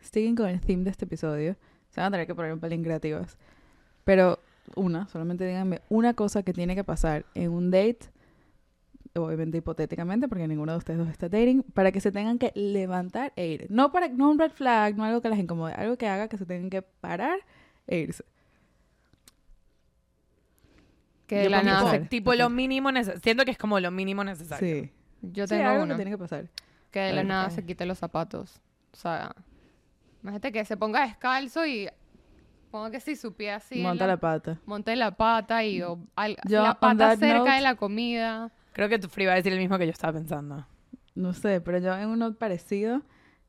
siguen con el theme de este episodio, se van a tener que poner un pelín creativas. Pero una, solamente díganme una cosa que tiene que pasar en un date, obviamente hipotéticamente, porque ninguno de ustedes dos está dating, para que se tengan que levantar e ir. No, para, no un red flag, no algo que las incomode, algo que haga que se tengan que parar e irse. Que Yo de la pongo nada. poner. se- Tipo lo mínimo necesario. Siento que es como lo mínimo necesario. Sí, Yo sí, tengo algo uno. que tiene que pasar. Que de la Ahí nada está. se quite los zapatos. O sea, imagínate que se ponga descalzo y ponga que si su pie así. en Monta la pata. monte la pata y o al- Yo, la on pata that cerca note- de la comida. Creo que tu Free va a decir el mismo que yo estaba pensando. No sé, pero yo en uno parecido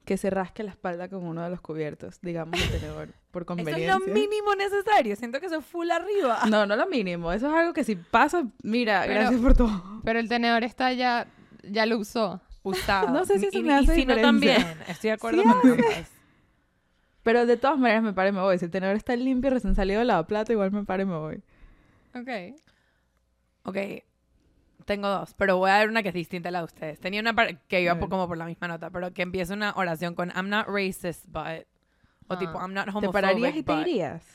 que se rasque la espalda con uno de los cubiertos, digamos, de tenedor, por Eso conveniencia. es lo mínimo necesario. Siento que eso es full arriba. No, no lo mínimo. Eso es algo que si pasa, mira, Pero- gracias por todo. Pero el tenedor está ya, ya lo usó. Usado. No sé si eso y, me hace y si no diferencia. también. Estoy de acuerdo con ambas. Pero de todas maneras me paro y me voy. Si el tenedor está limpio, recién salido de la plata, igual me paro y me voy. Ok. Ok. Tengo dos, pero voy a dar una que es distinta a la de ustedes. Tenía una par- que iba A po- ver. como por la misma nota, pero que empieza una oración con I'm not racist, but... O tipo, Ah. I'm not Te homophobic, pararías y te but-" irías.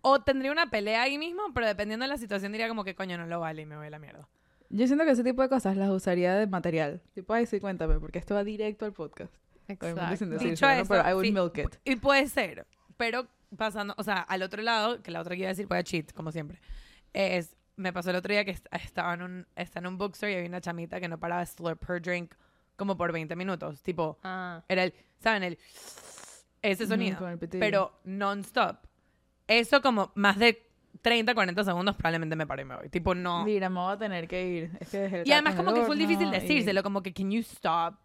O tendría una pelea ahí mismo, pero dependiendo de la situación diría como que coño no lo vale y me voy a la mierda. Yo siento que ese tipo de cosas las usaría de material. Tipo, ay, sí, cuéntame, porque esto va directo al podcast. Obviamente sin Exacto. decir Dicho ¿no? pero eso, I would sí. milk it. Y puede ser, pero pasando, o sea, al otro lado, que la otra que iba a decir fue a cheat, como siempre, es, me pasó el otro día que est- estaba en un, estaba en un bookstore y había una chamita que no paraba de slurp her drink como por 20 minutos, tipo, Ah, era el, ¿saben? El, ese Ujú, sonido, con el pitido. pero non-stop. Eso como más de 30, 40 segundos probablemente me paro y me voy, tipo, no. Mira, me voy a tener que ir. Es que dejé el Y además taco en como que el fue horno difícil y- decírselo, como que can you stop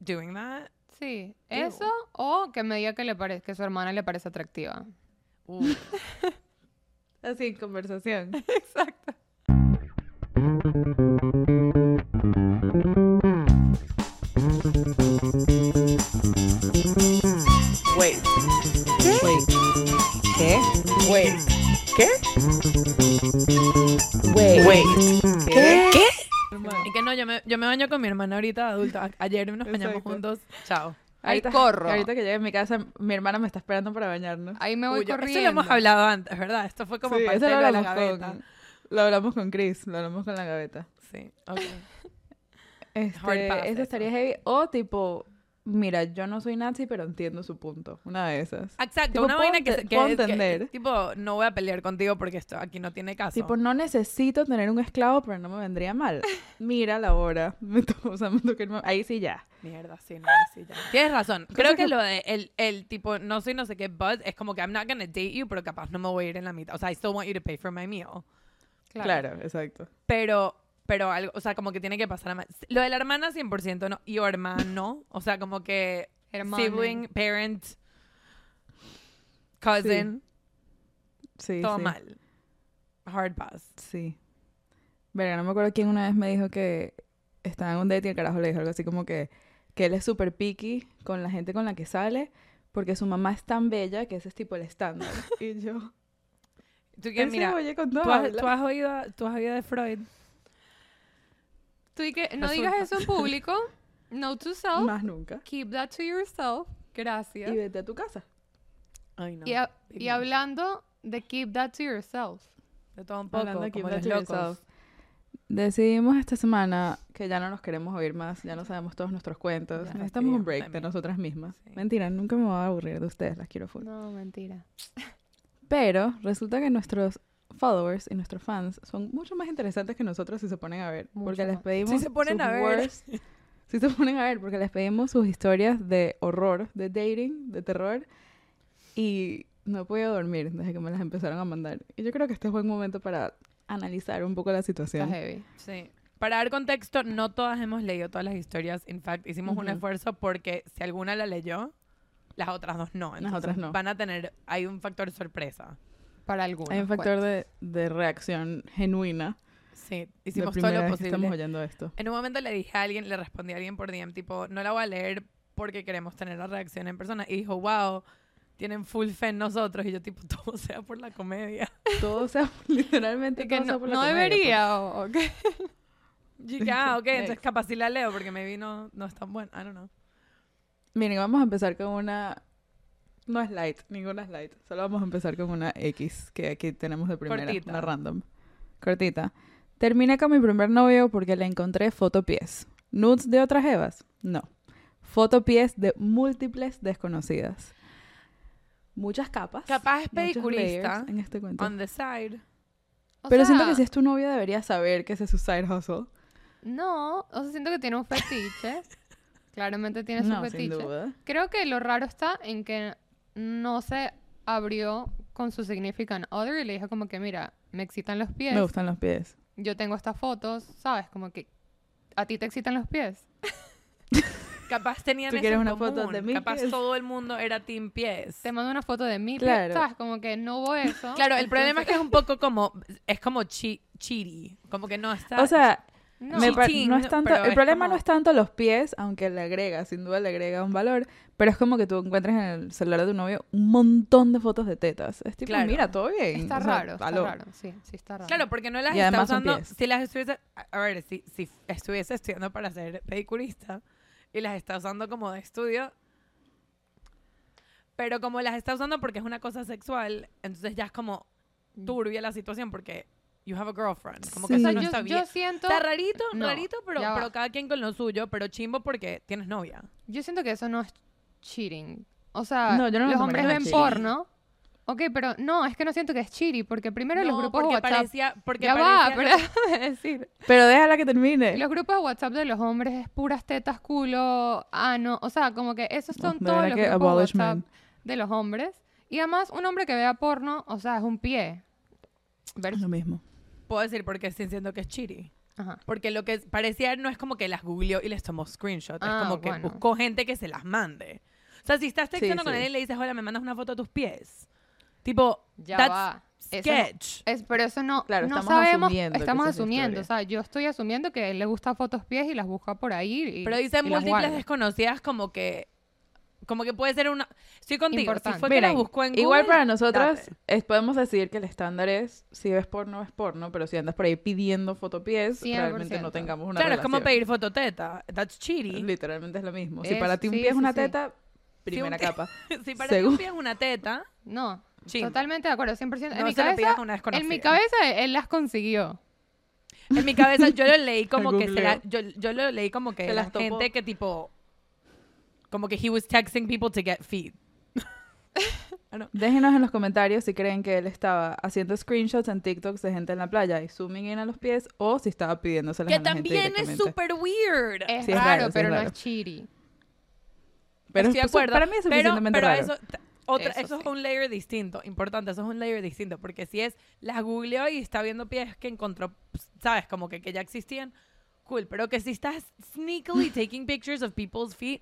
doing that? sí. Ew. Eso o que me diga que, le parece que su hermana le parece atractiva. Uf. Así, en conversación. Exacto. Wait. ¿Qué? Wait. ¿Qué? Wait. ¿Qué? Wait. ¿Qué? ¿Qué? Y que no, yo me, yo me baño con mi hermana ahorita adulta. A- Ayer nos bañamos Exacto. juntos. Chao. Ahí Ahorita- corro. Ahorita que llegue a mi casa, mi hermana me está esperando para bañarnos. Ahí me voy Huyo. corriendo. Eso lo hemos hablado antes, ¿verdad? Esto fue como Sí, parte eso lo de la hablamos gaveta. con- Lo hablamos con Chris, lo hablamos con la gaveta. Sí, ok. Este, pass eso eso. estaría heavy. O tipo, mira, yo no soy nazi, pero entiendo su punto. Una de esas. Exacto, Tipo, una puedo vaina que, ente- se- que- puedo que- entender. tipo, no voy a pelear contigo porque esto aquí no tiene caso. Tipo, no necesito tener un esclavo, pero no me vendría mal. Mira la hora. Me to- o sea, me toca irme- Ahí sí ya. Mierda, sí, no, sí, ya. Tienes razón. Creo que lo de el, el tipo, no soy no sé qué, but es como que I'm not gonna date you, pero capaz no me voy a ir en la mitad. O sea, I still want you to pay for my meal. Claro, exacto. Pero, pero algo, o sea, como que tiene que pasar a más. Lo de la hermana 100% no, y o hermano, o sea, como que Hermano. sibling, parent, cousin, Sí, todo sí. mal. Hard pass. Sí. Verga, no me acuerdo quién una vez me dijo que estaba en un date y el carajo le dijo algo así como que, que él es súper picky con la gente con la que sale porque su mamá es tan bella que ese es tipo el estándar. y yo, Tú que él mira, se oye con tú todo. has, tú has oído, a- tú has oído de Freud. Tú y que no Resulta. digas eso en público. No to self. Más nunca. Keep that to yourself. Gracias. Y vete a tu casa. Ay, no. Y, ha- Big y no. hablando de keep that to yourself. De todo un poco, Hablando aquí como de los Tears locos. Out. Decidimos esta semana que ya no nos queremos oír más, ya no sabemos todos nuestros cuentos. Ya, Necesitamos un fastidio, break de también. nosotras mismas. Sí. Mentira, nunca me voy a aburrir de ustedes, las quiero full. No, mentira. Pero resulta que nuestros followers y nuestros fans son mucho más interesantes que nosotros si se ponen a ver. Mucho porque les más. pedimos. Si se ponen sus a ver. worst- si se ponen a ver, porque les pedimos sus historias de horror, de dating, de terror. Y no he podido dormir desde que me las empezaron a mandar. Y yo creo que este es buen momento para analizar un poco la Está situación. heavy. Sí. Para dar contexto, no todas hemos leído todas las historias. In fact, hicimos un Ujú. esfuerzo porque si alguna la leyó, las otras dos no. Entonces, otras no. Van a tener, hay un factor sorpresa. Para algunos. pues. Hay un factor cuentos. de, de reacción genuina. Sí, de hicimos todo primera lo vez que estamos posible. oyendo esto. En un momento le dije a alguien, le respondí a alguien por DM, tipo, no la voy a leer porque queremos tener la reacción en persona. Y dijo, wow, tienen full fe en nosotros. Y yo, tipo, todo sea por la comedia. Todo sea literalmente Y que todo sea no, por la no comedia, pues. debería. o- o qué. Y dije, ah, ok, entonces capaz sí la leo porque me vino, no es tan buena. I don't know. Miren, vamos a empezar con una... No es light, ninguna es light. Solo vamos a empezar con una X que aquí tenemos de primera, Cortita. una random. Cortita. Terminé con mi primer novio porque le encontré fotopies. ¿Nudes de otras evas? No. Fotopies de múltiples desconocidas. Muchas capas. Capaz es muchos pediculista. layers En este cuento. On the side. O Pero siento sea, que si es tu novia deberías saber que ese es su side hustle. No, o sea, siento que tiene un fetiche. Claramente tiene su No, sin fetiche. duda. Creo que lo raro está en que no se abrió con su significant other y le dijo como que, mira, me excitan los pies. Me gustan los pies. Yo tengo estas fotos, ¿sabes? Como que a ti te excitan los pies. Capaz tenían ¿Tú eso quieres en una foto común. de mis Capaz pies? todo el mundo era team pies. Te mando una foto de mí, Claro. ¿sabes? Como que no hubo eso. Claro, el problema es entonces- que es un poco como es como chi, chiri, como que no está O sea, No. me par- Cheating, no es tanto, pero el es problema como- no es tanto los pies, aunque le agrega, sin duda le agrega un valor, pero es como que tú encuentras en el celular de tu novio un montón de fotos de tetas. Es tipo, Claro. mira, todo bien. Está o sea, raro, está aló. raro. Sí, sí está raro. Claro, porque no las Y está además son usando. pies. Si las estuviese. a- A ver, si, si estuviese estudiando para ser pedicurista y las está usando como de estudio. Pero como las está usando porque es una cosa sexual, entonces ya es como Mm. turbia la situación porque you have a girlfriend. Como que Sí. O eso sea, no yo, está yo bien. siento, Está rarito, No, rarito, pero, ya va. pero cada quien con lo suyo, pero chimbo porque tienes novia. yo siento que eso no es cheating. O sea, No, yo no lo los tomaría hombres como ven cheating. porno. Ok, pero no, es que no siento que es cheating, porque primero los No, grupos de porque WhatsApp... parecía, porque ya va, parecía pero déjame decir. Pero déjala que termine. Los grupos de WhatsApp de los hombres es puras tetas, culo, ano. O sea, como que esos No, son de todos verdad los que grupos de abolish WhatsApp men. de los hombres. Y además, un hombre que vea porno, o sea, es un pie. Es Versus- lo mismo. puedo decir porque estoy diciendo que es chiri. Ajá. Porque lo que parecía no es como que las googleó y les tomó screenshot. Ah, es como que bueno. buscó gente que se las mande. O sea, si estás textando con sí. alguien y le dices, hola, me mandas una foto de tus pies. Tipo, Ya that's va. Eso no- sketch. Es, pero eso no, Claro, no estamos sabemos, asumiendo que estamos esa es la asumiendo, historia. o sea, yo estoy asumiendo que él le gusta fotos pies y las busca por ahí. y- Pero dice y las múltiples guarda. desconocidas como que... Como que puede ser una... Estoy contigo. Importante. Si fue que Miren, la buscó en Google... Igual para nosotras date. es- podemos decir que el estándar es si ves porno es porno, pero si andas por ahí pidiendo fotopies, realmente 100%. no tengamos una Claro, es como relación. pedir fototeta. That's chiri. Literalmente es lo mismo. si Es- para ti un sí, pie es sí, una sí. teta, primera pie- capa. si para ti Según- un pie es una teta, No, Chimbo. totalmente de acuerdo, 100%. En no mi se lo pidas a cabeza, una desconocida. en mi cabeza él las consiguió. En mi cabeza yo lo leí como El que se la- googleo. yo, yo lo leí como que Se la las topó. gente que tipo como que he was texting people to get feed. Déjenos en los comentarios si creen que él estaba haciendo screenshots en TikToks de gente en la playa y zooming in a los pies o si estaba pidiéndoselas Que a la gente también es directamente. súper weird. Es Sí, es raro, raro, sí, es pero no raro. es chiri. Pero Estoy de es su- acuerdo. Para mí es pero- suficientemente pero, raro. eso t- otra- Eso eso, sí. es un layer distinto, importante, eso es un layer distinto, porque si es las googleó y está viendo pies que encontró, sabes, como que, que ya existían, cool, pero que si estás sneakily taking pictures of people's feet,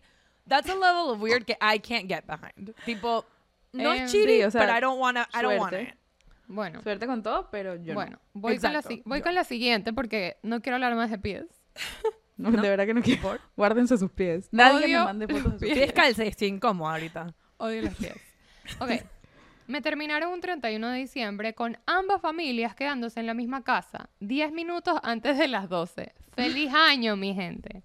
that's a level of weird que I can't get behind. Tipo, no Em, es cheating, sí, o sea, but I don't wanna, I don't want suerte. it. Bueno, Suerte con todo, pero yo bueno, voy, con la, Exacto, si- voy yo. con la siguiente porque no quiero hablar más de pies. no. No, De verdad que no quiero. Guárdense sus pies. Nadie me Odio mande fotos de sus Estoy pies. descalza y estoy incómoda ahorita. Odio los pies. Ok. Me terminaron un 31 de diciembre con ambas familias quedándose en la misma casa, 10 minutos antes de las 12. ¡Feliz año, mi gente!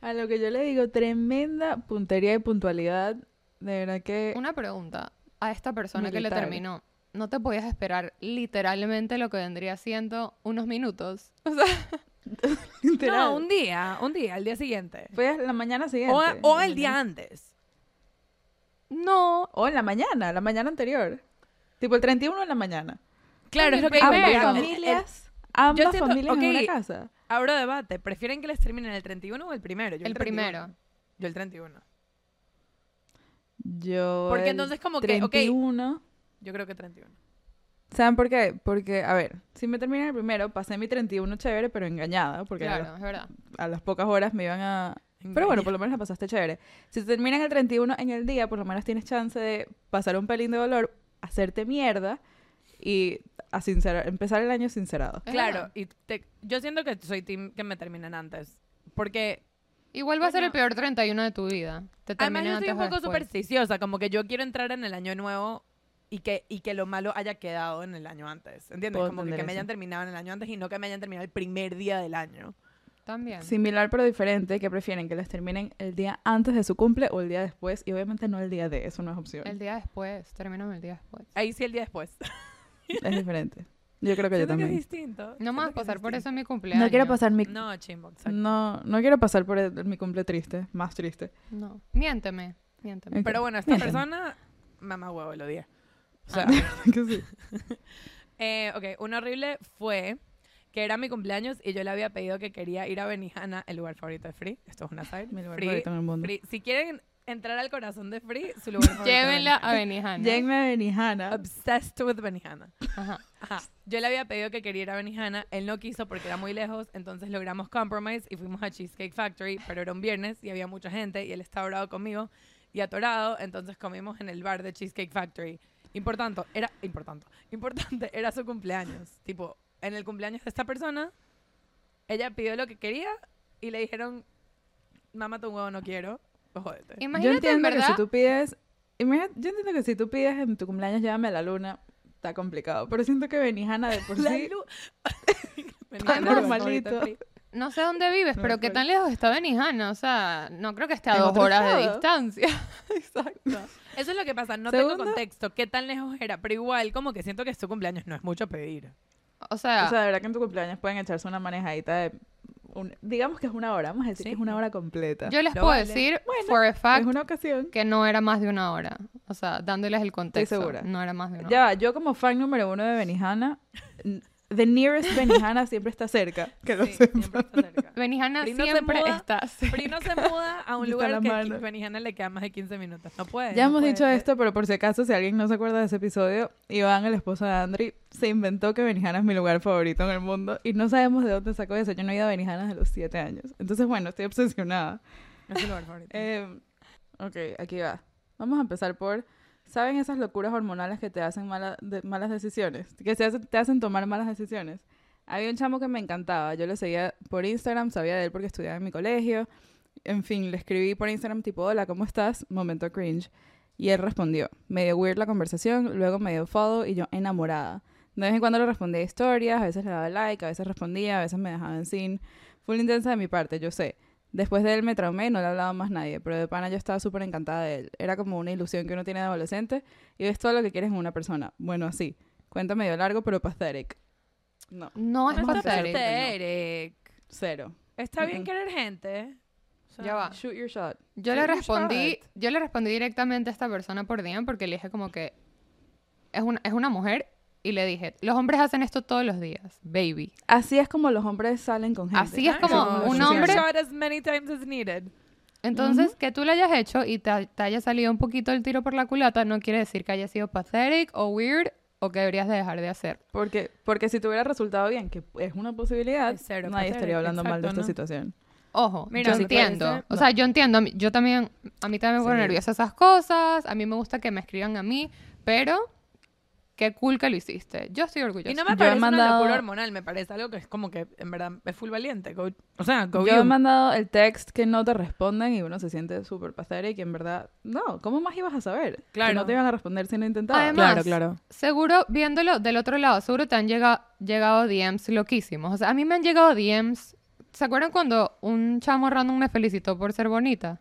A lo que yo le digo, tremenda puntería y puntualidad. De verdad que... Una pregunta a esta persona que le Eh, Militar. terminó. ¿No te podías esperar literalmente lo que vendría siendo unos minutos? O sea, literal. No, un día, un día, al día siguiente. Fue a la mañana siguiente. O, o La el día mañana- antes. no. O en la mañana, la mañana anterior. Tipo el 31 en la mañana. Claro, Ay, es lo mi que yo primero. Ambas me Pero- familias, ambas Yo siento- familias en ok. una casa. Ahora debate, ¿prefieren que les terminen el 31 o el primero? Yo El 31. primero. Yo el 31. Yo Porque el entonces como que, ok. 31. Yo creo que 31. ¿Saben por qué? Porque, a ver, si me terminan el primero, pasé mi 31 chévere, pero engañada, porque a Claro, las- es verdad. a las pocas horas me iban a... Pero bueno, por lo menos la pasaste chévere. Si te terminan el 31 en el día, por lo menos tienes chance de pasar un pelín de dolor, hacerte mierda y a sincerar, empezar el año sincerado. Es Claro, verdad. y te- yo siento que soy team que me terminen antes. Porque Igual va a ser el Coño. peor 31 de tu vida. Te además terminan yo soy antes un o poco después. supersticiosa, como que yo quiero entrar en el año nuevo y que, y que lo malo haya quedado en el año antes. ¿Entiendes? Puedo Como que, entender que me eso. hayan terminado en el año antes y no que me hayan terminado el primer día del año. También. Similar pero diferente, que prefieren que las terminen el día antes de su cumple o el día después. Y obviamente no el día de, eso no es opción. El día después, terminamos el día después. Ahí sí el día después. Es diferente. Yo creo que yo Siento que es también. distinto. No me vas a más pasar por Mm. eso en mi cumpleaños. No quiero pasar mi... No, chimbo, exacto. No, no quiero pasar por el- mi cumple triste, más triste. No. Miénteme, miénteme. Ok. Pero bueno, esta Mienten. persona, mamá huevo, lo odia. O sea, Ah. Que sí. eh, ok, un horrible fue que era mi cumpleaños y yo le había pedido que quería ir a Benihana, el lugar favorito de Free. Esto es una side. Mi lugar Free, favorito en el mundo. Free. Si quieren entrar al corazón de Free, su lugar favorito. es Llévenla Benihana. a Benihana. Llévenme a Benihana. Obsessed with Benihana. Ajá. Ajá. Yo le había pedido que quería ir a Benihana, él no quiso porque era muy lejos, entonces logramos compromise y fuimos a Cheesecake Factory, pero era un viernes y había mucha gente y él estaba bravo conmigo y atorado, entonces comimos en el bar de Cheesecake Factory. Importante, era importante, importante, era su cumpleaños. Tipo, en el cumpleaños de esta persona, ella pidió lo que quería y le dijeron, mamá tu huevo no quiero, pues jódete. yo Imagínate, en entiendo que verdad. si tú pides... imagina- yo entiendo que si tú pides en tu cumpleaños llévame a la luna, está complicado. Pero siento que Benihana de por La sí... lu- Está Benihana, normalito. favorito de Free. No sé dónde vives, No pero qué recuerdo. tan lejos está Benihana. O sea, no creo que esté a En dos otro horas de estado. distancia. Exacto. Eso es lo que pasa, no tengo Segundo- contexto, qué tan lejos era, pero igual como que siento que su cumpleaños no es mucho pedir. O sea, O sea, de verdad que en tu cumpleaños pueden echarse una manejadita de... un- digamos que es una hora, vamos a decir Sí. que es una hora completa. yo les lo puedo vale. decir, for a fact, es una ocasión. que no era más de una hora. O sea, dándoles el contexto. segura. No era más de una hora. Ya va, yo como fan número uno de Benihana, n- the nearest Benihana siempre está cerca. Que lo Sí, sepan. siempre está cerca. Benihana Pri no se siempre muda. estás. Pri no se muda a un Está lugar la que mano. a Benihana le queda más de 15 minutos. No puede. Ya no hemos puede dicho ser. esto, pero por si acaso, si alguien no se acuerda de ese episodio, Iván, el esposo de Andri, se inventó que Benihana es mi lugar favorito en el mundo y no sabemos de dónde sacó eso. Yo no he ido a Benihana desde los siete años. Entonces, bueno, estoy obsesionada. Es su lugar favorito. Eh, ok, aquí va. Vamos a empezar por, ¿saben esas locuras hormonales que te hacen mala- de- malas decisiones? Que se hace- te hacen tomar malas decisiones. Había un chamo que me encantaba, yo lo seguía por Instagram, sabía de él porque estudiaba en mi colegio. En fin, le escribí por Instagram tipo, hola, ¿cómo estás? Momento cringe. Y él respondió, me dio weird la conversación, luego me dio follow y yo enamorada. De vez en cuando le respondía historias, a veces le daba like, a veces respondía, a veces me dejaban sin. Full intensa de mi parte, yo sé. Después de él me traumé y no le hablaba más nadie, pero de pana yo estaba súper encantada de él. Era como una ilusión que uno tiene de adolescente y ves todo lo que quieres en una persona. Bueno, así. Cuenta medio largo, pero pathetic. No, No es no está pasar, pathetic. perfecto. Eric. cero. Está bien Mm-mm. querer gente. ¿eh? O sea, Ya va. Shoot your shot. Ah. Yo Take le a respondí, shot. yo le respondí directamente a esta persona por DM porque le dije como que es una, es una mujer y le dije, los hombres hacen esto todos los días, baby. Así es como los hombres salen con gente. Así es como Así es un los hombre- hombres- Shot as many times as needed. Entonces, que tú lo hayas hecho y te, te haya salido un poquito el tiro por la culata no quiere decir que haya sido pathetic o weird o que deberías de dejar de hacer. Porque, porque si te hubiera resultado bien, que es una posibilidad, Es cero nadie pathetic, estaría hablando mal de esta exacto, ¿no? situación. Ojo, Mira, yo me entiendo. parece- O sea, yo entiendo. a mí- Yo también, a mí también me pone Sí. nerviosa esas cosas. A mí me gusta que me escriban a mí, pero qué cool que lo hiciste. Yo estoy orgullosa. Y no me Yo he parece una mandado- locura hormonal, me parece algo que es como que en verdad es full valiente. Go- o sea, go Yo you. he mandado el text que no te responden y uno se siente súper pathetic y que en verdad, no, ¿cómo más ibas a saber? Claro. Que no te iban a responder si no intentabas. Además, Claro, claro. Seguro, viéndolo del otro lado, seguro te han llegado, llegado DMs loquísimos. O sea, a mí me han llegado DMs. ¿Se acuerdan cuando un chamo random me felicitó por ser bonita?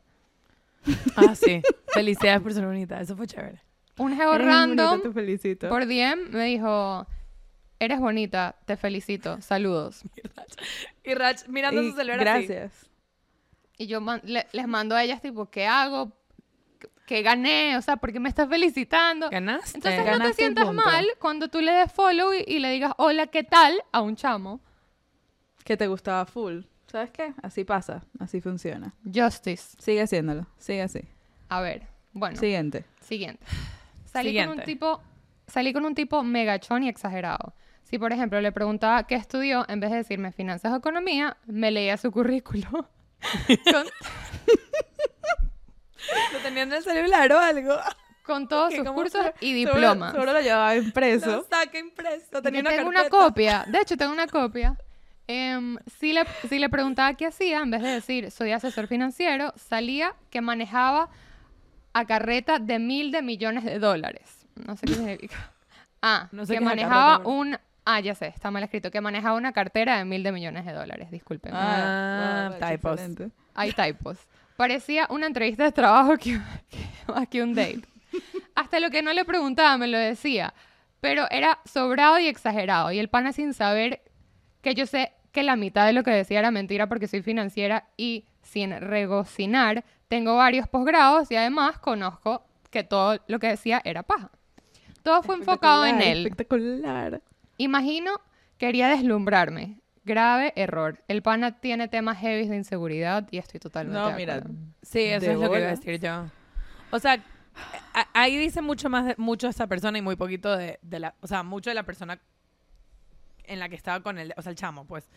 Ah, sí. Felicidades por ser bonita. Eso fue chévere. Un geo Eres muy bonita, random te felicito. por DM me dijo, eres bonita, te felicito, saludos. Y Rach mirando Y su celular así. gracias. Y yo man- le- les mando a ellas tipo, ¿qué hago? ¿Qué- ¿Qué gané? O sea, ¿por qué me estás felicitando? ¿Ganaste? Entonces no te Ganaste el sientas punto. mal cuando tú le des follow y, y le digas, hola, ¿qué tal? a un chamo. Que te gustaba full. ¿Sabes qué? Así pasa, así funciona. Justice. Sigue haciéndolo, sigue así. A ver, bueno. Siguiente. Siguiente. Salí con Siguiente. un tipo, salí con un tipo megachón y exagerado. Si por ejemplo le preguntaba qué estudió, en vez de decirme finanzas o economía, me leía su currículo. con, Lo tenía en el celular o algo. con todos Que sus como cursos y Seguro- diplomas. Seguro lo llevaba Lo impreso. saca impreso. Yo Tenía una tengo una carpeta. copia. De hecho, tengo una copia. Em, si, le, si le preguntaba qué hacía, en vez de decir soy asesor financiero, salía que manejaba a carreta de mil de millones de dólares. No sé qué significa. Ah, No sé que qué es manejaba acarreta, pero- un Ah, ya sé, está mal escrito. Que manejaba una cartera de mil de millones de dólares, disculpen. Ah, wow, typos. excelente. Hay typos. Parecía una entrevista de trabajo que, que- más que un date. Hasta lo que no le preguntaba me lo decía. Pero era sobrado y exagerado. Y el pana sin saber que yo sé que la mitad de lo que decía era mentira porque soy financiera y sin regocinar tengo varios posgrados y además conozco que todo lo que decía era paja. Todo fue enfocado en Espectacular, él. Espectacular. Imagino quería deslumbrarme. Grave error. El pana tiene temas heavy de inseguridad y estoy totalmente No, de mira, acuerdo. Sí, eso De es lo que iba a bolas. decir yo. O sea, a- ahí dice mucho más, de- mucho esta persona y muy poquito de, de la, o sea, mucho de la persona en la que estaba con el, o sea, el chamo, pues,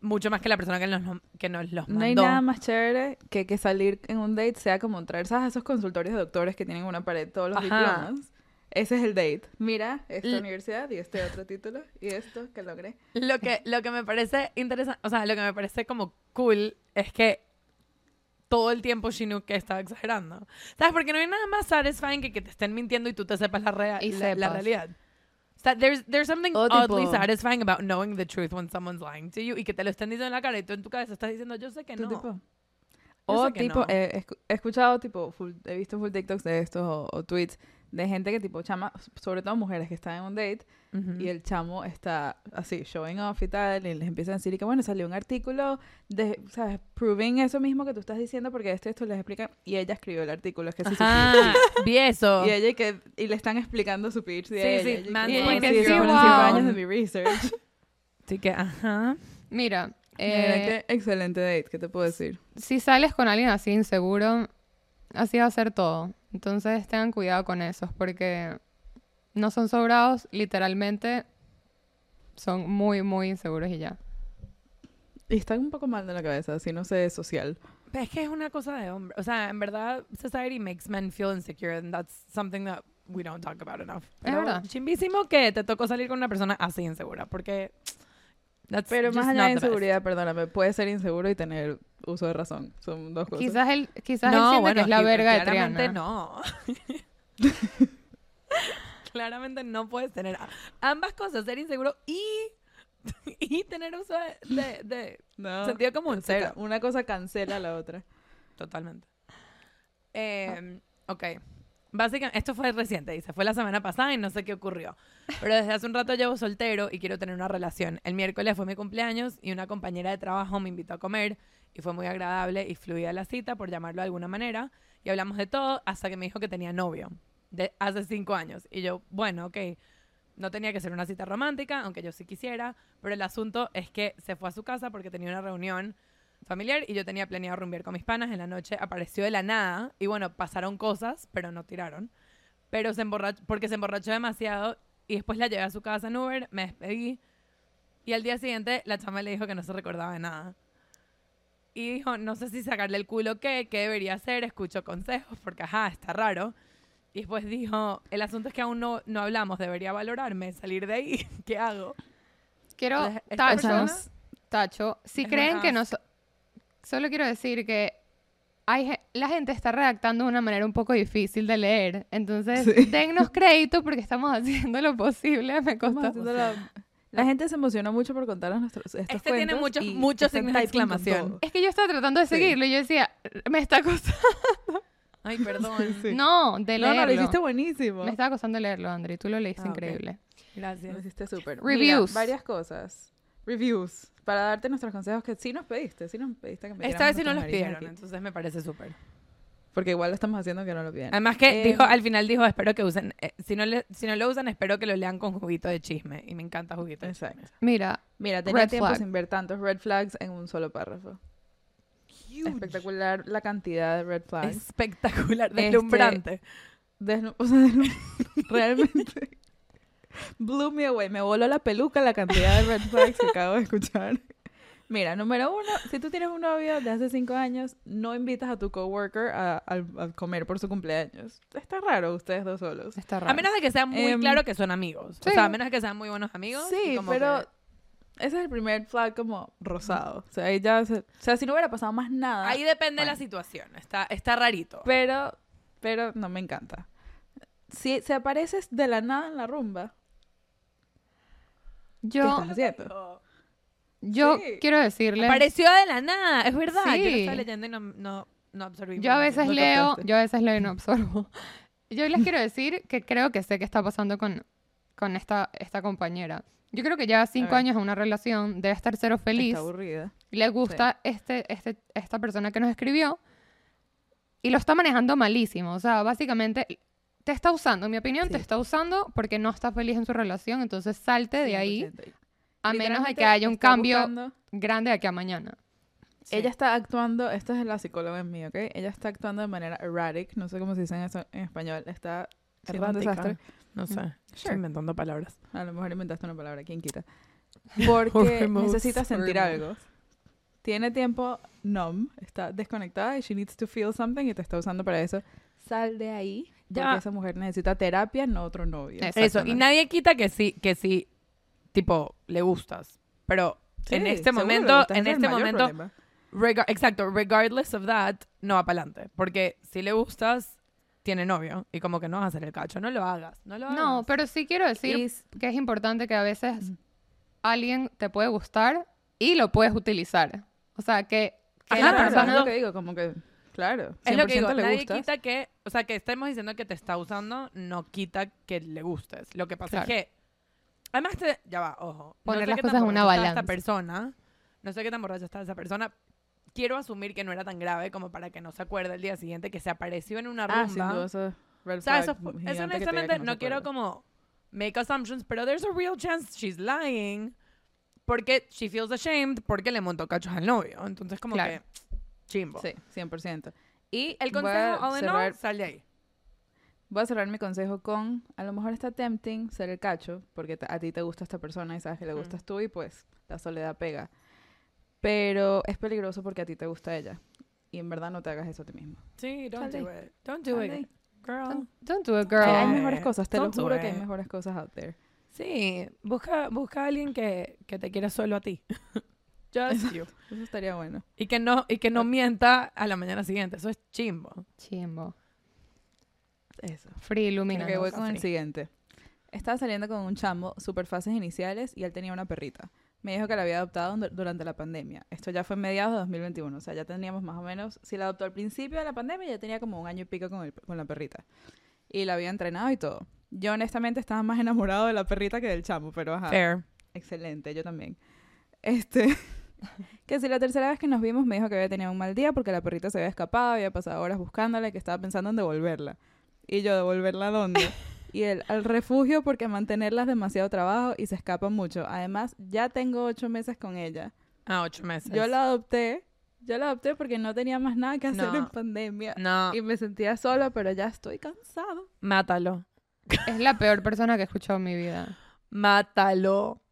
mucho más que la persona que nos, lo- que nos los mandó. No hay nada más chévere que que salir en un date sea como entrar, ¿sabes? Esos consultorios de doctores que tienen en una pared todos los Ajá. diplomas. Ese es el date. Mira, esta L- universidad y este otro título y esto que logré. Lo que, lo que me parece interesante, o sea, lo que me parece como cool es que todo el tiempo Chinook estaba exagerando. ¿Sabes? Porque no hay nada más satisfying que que te estén mintiendo y tú te sepas la, rea- Y la, sepas. la realidad. O sea, there's, there's something O tipo- oddly satisfying about knowing the truth when someone's lying to you y que te lo estén diciendo en la cara y tú en tu cabeza estás diciendo, yo sé que Tú no. tipo- Yo O sé que tipo, no. eh, escu- he escuchado, tipo, full- he visto full TikToks de estos o, o tweets de gente que, tipo, chama, sobre todo mujeres que están en un date Ujú. y el chamo está así, showing off y tal, y les empieza a decir y que, bueno, salió un artículo, de, ¿sabes? Proving eso mismo que tú estás diciendo porque esto, esto les explica, y ella escribió el artículo, es que sí, sí, Ajá, vi eso. Y ella y que y le están explicando su pitch de Sí, ella, sí, y ella y que, mansplaining "Bueno, is sí, your fueron wow". cinco años de mi research. Así que, ajá. Mira, Mira, eh, qué excelente date, ¿qué te puedo decir? si sales con alguien así inseguro, así va a ser todo. Entonces tengan cuidado con esos porque no son sobrados, literalmente son muy, muy inseguros y ya. Y están un poco mal de la cabeza, así no sé, social. Pero es que es una cosa de hombre. O sea, en verdad, society makes men feel insecure, and that's something that we don't talk about enough. Pero verdad. chimbísimo que te tocó salir con una persona así insegura, porque. that's Pero más just allá de not the best. inseguridad, perdóname, puede ser inseguro y tener uso de razón. Son dos cosas. Quizás él, quizás él No, siente bueno, que es la y verga de claramente Triana. no. claramente no puedes tener a- ambas cosas, ser inseguro y, y tener uso de, de- de Ah. No, sentido común. Cero. una cosa cancela a la otra. Totalmente. Eh, ok. Básicamente, esto fue reciente, dice. Fue la semana pasada y no sé qué ocurrió. Pero desde hace un rato llevo soltero y quiero tener una relación. El miércoles fue mi cumpleaños y una compañera de trabajo me invitó a comer y fue muy agradable y fluida la cita, por llamarlo de alguna manera. Y hablamos de todo hasta que me dijo que tenía novio de hace cinco años. Y yo, bueno, ok. No tenía que ser una cita romántica, aunque yo sí quisiera, pero el asunto es que se fue a su casa porque tenía una reunión familiar y yo tenía planeado rumbear con mis panas. En la noche apareció de la nada y bueno, pasaron cosas, pero no tiraron. Pero se emborrachó, porque se emborrachó demasiado y después la llevé a su casa en Uber, me despedí y al día siguiente la chama le dijo que no se recordaba de nada. Y dijo, no sé si sacarle el culo qué, qué debería hacer, escucho consejos, porque ajá, está raro. Y después dijo, el asunto es que aún no, no hablamos, debería valorarme, salir de ahí, ¿qué hago? Quiero Entonces, esta tachos, persona- tacho, si Es creen una que no... so- Solo quiero decir que hay, ge- la gente está redactando de una manera un poco difícil de leer. Entonces, Sí. dennos crédito porque estamos haciendo lo posible. Me Estamos costó. haciendo la... la gente se emocionó mucho por contarnos nuestros estos Este tiene cuentos muchos- y muchos están signos de typing con exclamación. todo. Es que yo estaba tratando de Sí. seguirlo y yo decía, me está costando. Ay, perdón. Sí. No, Este de No, leerlo. no, lo hiciste buenísimo. Me estaba costando leerlo, Andri. Tú lo leíste Ah, ok. increíble. Lo Gracias. hiciste súper. Mira, Reviews. varias cosas. Reviews. Para darte nuestros consejos que sí nos pediste. Sí nos pediste que metiéramos Esta vez sí nuestras no los narices pidieron, aquí. entonces me parece súper. Porque igual lo estamos haciendo que no lo piden. Además que Eh, dijo, al final dijo, espero que usen, eh, si, no le- si no lo usan, espero que lo lean con juguito de chisme. Y me encanta juguito de Exacto. Mira, Mira, tenía Red tiempo flag. sin ver tantos red flags en un solo párrafo. chisme. Espectacular la cantidad de red flags. Espectacular, deslumbrante. Desnu- o sea, desnu- realmente blew me away. Me voló la peluca la cantidad de red flags que acabo de escuchar. Mira, número uno, si tú tienes un novio de hace cinco años, no invitas a tu coworker a, a- a comer por su cumpleaños. Está raro ustedes dos solos. está raro. A menos de que sean muy Em, claro que son amigos. sí. O sea, a menos de que sean muy buenos amigos. y Sí, como pero que- ese es el primer flag como rosado. O sea, ahí ya se- o sea, si no hubiera pasado más nada. Ahí depende de la ah, Bueno. situación. Está, está rarito. Pero, pero no me encanta. Si se apareces de la nada en la rumba, ¿Qué Yo, estás haciendo? yo Sí. quiero decirles... Apareció de la nada, es verdad. Yo lo Sí. estaba leyendo y no, no, no absorbí. Yo a veces No leo, captaste. yo a veces leo y no absorbo. Yo les quiero decir que creo que sé qué está pasando con, con esta, esta compañera. Yo creo que lleva cinco ver. años en una relación, debe estar cero feliz, Está aburrida. le gusta este, este, esta persona que nos escribió y lo está manejando malísimo. O sea, básicamente te está usando, en mi opinión, te Sí. está usando porque no está feliz en su relación, entonces salte de ahí 100%. a menos de Literalmente que haya un está cambio buscando- grande de aquí a mañana. Ella está actuando, esta es la psicóloga en mí, ¿ok? Ella está actuando de manera erratic, no sé cómo se dice en eso en español, está es un desastre. No sé, estoy inventando palabras. A lo mejor inventaste una palabra, ¿quién quita? Hormones, Porque necesita sentir hormones. algo. Tiene tiempo numb, está desconectada y she needs to feel something y te está usando para eso. Sal de ahí, Ya. porque esa mujer necesita terapia, no otro novio. Es- Eso, y Exactamente. nadie quita que sí, que sí, tipo, le gustas. Pero Sí, en este seguro, momento, este es en el este mayor momento, problema. rega- exacto, regardless of that, no va para adelante. Porque si le gustas, tiene novio. Y como que no vas a hacer el cacho, no lo hagas, no lo hagas. No, pero sí quiero decir Y- que es importante que a veces alguien te puede gustar y lo puedes utilizar. O sea, que, que Ajá, la claro, persona... es lo que digo, como que, claro, 100% Es lo que digo, le nadie gustas. quita que, o sea, que estemos diciendo que te está usando, no quita que le gustes. Lo que pasa Claro. es que, además, te- ya va, ojo. Poner sé las qué cosas tan en una borracha estaba balanza. Esta persona, no sé qué tan borracha está esa persona. Quiero asumir que no era tan grave como para que no se acuerde el día siguiente que se apareció en una Ah, sin rumba. duda, eso es red o flag sea, eso, fu- gigante que te eso diga honestamente que no, se quiero acuerda. como make assumptions, pero there's a real chance she's lying porque she feels ashamed porque le montó cachos al novio. Entonces, como Claro. que chimbo. Sí, 100%. Y el Voy a consejo, all in all, cerrar- sal de ahí. Voy a cerrar mi consejo con, a lo mejor está tempting ser el cacho, porque te- a ti te gusta esta persona y sabes que le Ujú. gustas tú y pues la soledad pega. Pero es peligroso porque a ti te gusta ella. Y en verdad no te hagas eso a ti mismo. Sí, don't Sal do it. Don't do Sal it, de ahí. girl. Don't, don't do it, Que girl. hay Eh, mejores cosas, te lo don't do juro que hay it. mejores cosas out there. Sí, busca, busca a alguien que, que te quiera solo a ti. Just you. Eso estaría bueno. Y que no, y que no mienta a la mañana siguiente. Eso es chimbo. Chimbo. Eso. Free Mira, ilumina. que voy está con el free. siguiente. Estaba saliendo con un chamo, super fases iniciales, y él tenía una perrita. Me dijo que la había adoptado du- durante la pandemia. Esto ya fue en mediados de 2021, o sea, ya teníamos más o menos... Si la adoptó al principio de la pandemia, ya tenía como un año y pico con, el- con la perrita. Y la había entrenado y todo. Yo honestamente estaba más enamorado de la perrita que del chamo, pero ajá. Fair. Excelente, yo también. Este, que si la tercera vez que nos vimos me dijo que había tenido un mal día porque la perrita se había escapado, había pasado horas buscándola y que estaba pensando en devolverla. Y yo, ¿devolverla a dónde? Y él, al refugio porque mantenerla es demasiado trabajo y se escapa mucho. Además, ya tengo ocho meses con ella. Ah, ocho meses. Yo la adopté, yo la adopté porque no tenía más nada que hacer No. en pandemia. No, Y me sentía sola, pero ya estoy cansado. mátalo. Es la peor persona que he escuchado en mi vida. Mátalo.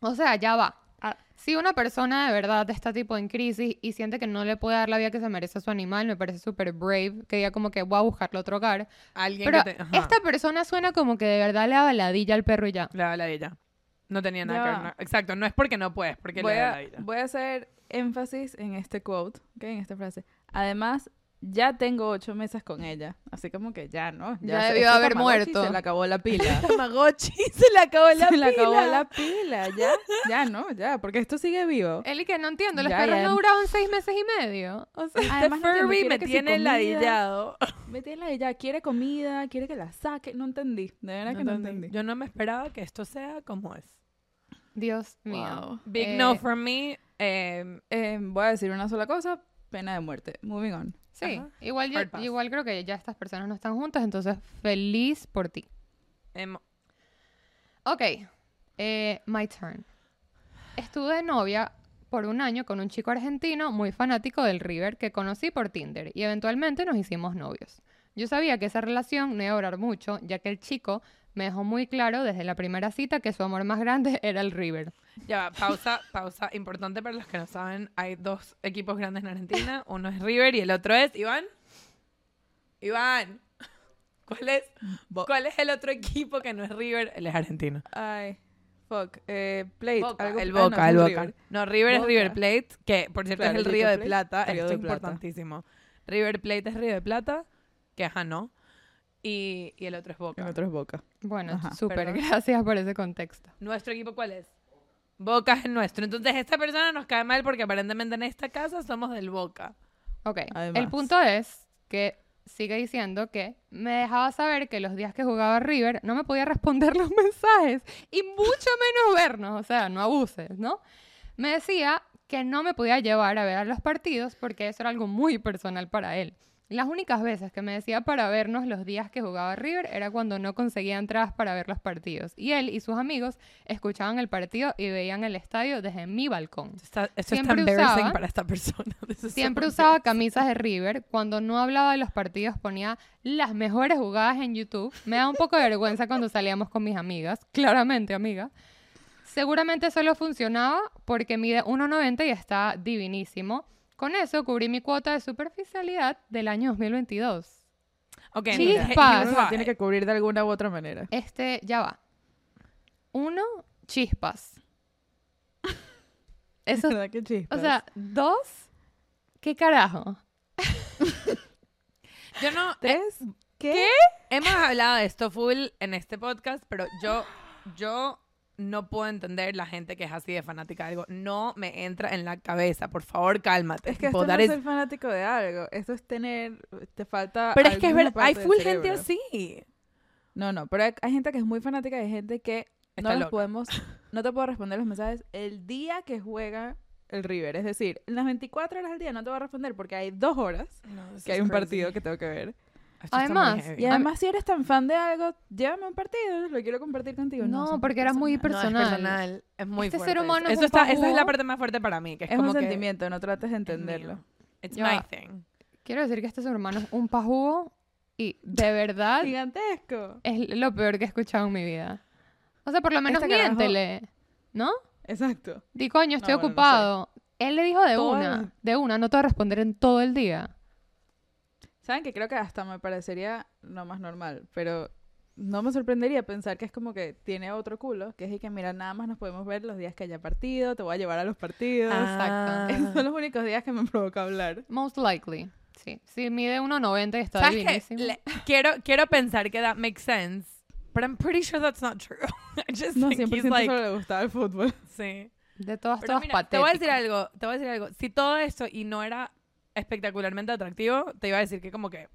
O sea, ya va. Ah, Si una persona de verdad está tipo en crisis y siente que no le puede dar la vida que se merece a su animal, me parece súper brave que diga como que voy a buscarlo a otro hogar. Alguien Pero que te... ajá. esta persona suena como que de verdad le da baladilla al perro y ya. Le da la ella. No tenía nada Ya que va. ver. no- Exacto, no es porque no puedes, porque voy le da la a, ella. voy a hacer énfasis en este quote, ¿ok? en esta frase. Además, ya tengo ocho meses con ella. Así como que ya, ¿no? Ya se- debió este haber Tamagotchi muerto. Se le acabó la pila. Tamagotchi, se le acabó la se le acabó la pila, ya. Ya, ¿no? Ya, porque esto sigue vivo. Eli, que no entiendo, los Ya, perros ya. no duraron seis meses y medio. O sea, Además, no entiendo, Furby quiere Este me que si tiene comida- ladillado. Me tiene ladillada. Quiere comida, quiere que la saque. No entendí. De verdad que no entendí. Yo no me esperaba que esto sea como es. Dios mío. Wow. Big Eh, no for me. eh, Eh, voy a decir una sola cosa. Pena de muerte. Moving on. Sí, Ajá. igual, yo- Hard pass. igual creo que ya estas personas no están juntas, entonces feliz por ti. em, Ok, eh, my turn. Estuve de novia por un año con un chico argentino muy fanático del River que conocí por Tinder y eventualmente nos hicimos novios. Yo sabía que esa relación no iba a durar mucho, ya que el chico me dejó muy claro desde la primera cita que su amor más grande era el River. ya va, pausa, pausa. Importante para los que no saben, hay dos equipos grandes en Argentina. Uno es River y el otro es Iván. Iván. ¿Cuál es, Bo- ¿Cuál es el otro equipo que no es River? Él es argentino. Ay, fuck. Eh, plate. Boca, algo- el ah, no, Boca, es el un Boca. River. No, River es Boca. River Plate, que por cierto Claro, es el el Río de River Plate, Plata. Río Esto de es Plata. importantísimo. River Plate es Río de Plata, que ajá, no. y, y el otro es Boca. El otro es Boca. Bueno, Ajá, súper perdón. gracias por ese contexto. ¿Nuestro equipo cuál es? Boca es el nuestro. Entonces esta persona nos cae mal porque aparentemente en esta casa somos del Boca. Ok, el Además. punto es que sigue diciendo que me dejaba saber que los días que jugaba River no me podía responder los mensajes y mucho menos vernos, o sea, no abuses, ¿no? Me decía que no me podía llevar a ver a los partidos porque eso era algo muy personal para él. Las únicas veces que me decía para vernos los días que jugaba River era cuando no conseguía entradas para ver los partidos. Y él y sus amigos escuchaban el partido y veían el estadio desde mi balcón. Esto está, esto está Siempre embarrassing usaba- para esta persona. This is so Siempre embarrassing. usaba camisas de River. Cuando no hablaba de los partidos ponía las mejores jugadas en YouTube. Me da un poco de vergüenza cuando salíamos con mis amigas. Claramente, amiga. Seguramente solo funcionaba porque mide 1,90 y está divinísimo. Con eso cubrí mi cuota de superficialidad del año 2022. Ok, Chispas. entonces, Ah, Uno you la are- tiene que cubrir de alguna u otra manera. Este, ya va. Uno, chispas. Eso, ¿Verdad que o chispas? eh, sea, dos, ¿qué carajo? Yo no... eh, ¿Tres? ¿Qué? Hemos hablado de esto full en este podcast, pero yo, yo no puedo entender la gente que es así de fanática de algo. No me entra en la cabeza. Por favor, cálmate. Es que Tipo, esto no that es is- ser fanático de algo. Esto es tener... Te falta Pero es que es alguna verdad. Hay parte del full gente cerebro. así. No, no. Pero hay, hay gente que es muy fanática y hay gente que Está no los loca. podemos... No te puedo responder los mensajes el día que juega el River. Es decir, en las 24 horas del día no te voy a responder porque hay dos horas que hay un partido que tengo que ver. Además, Ah, Y Am- además, si eres tan fan de algo, llévame a un partido, lo quiero compartir contigo. No, son porque era muy personas. personal. No, es personal. Es muy Este ser fuerte. humano es eso un está, esa es pajúo. la parte más fuerte para mí. Que es, Es como un que sentimiento, no trates de es mío. entenderlo. It's Ya va. my thing. Quiero decir que este su hermano es un pajugo y de Ah, verdad Gigantesco. es lo peor que he escuchado en mi vida. O sea, por lo menos Este carajo- miéntele, ¿no? Exacto. Di coño, estoy No, bueno, no sé. ocupado. Él le dijo de Todo el- una, de una, no te voy a responder en todo el día. Saben que creo que hasta me parecería lo más normal, pero no me sorprendería pensar que es como que tiene otro culo, que es y que mira, nada más nos podemos ver los días que haya partido, te voy a llevar a los partidos. Ah. Esos son los únicos días que me provoca hablar. Most likely. Sí, sí, mide 1.90 y está ¿Sabes qué? divinísimo. Le- quiero, quiero pensar que that makes sense, but I'm pretty sure that's not true. I just No, think siempre he's like... solo le gustaba el fútbol. Sí. De todas, Pero todas mira, te voy a decir patético. algo, te voy a decir algo. Si todo esto y no era espectacularmente atractivo, te iba a decir que como que...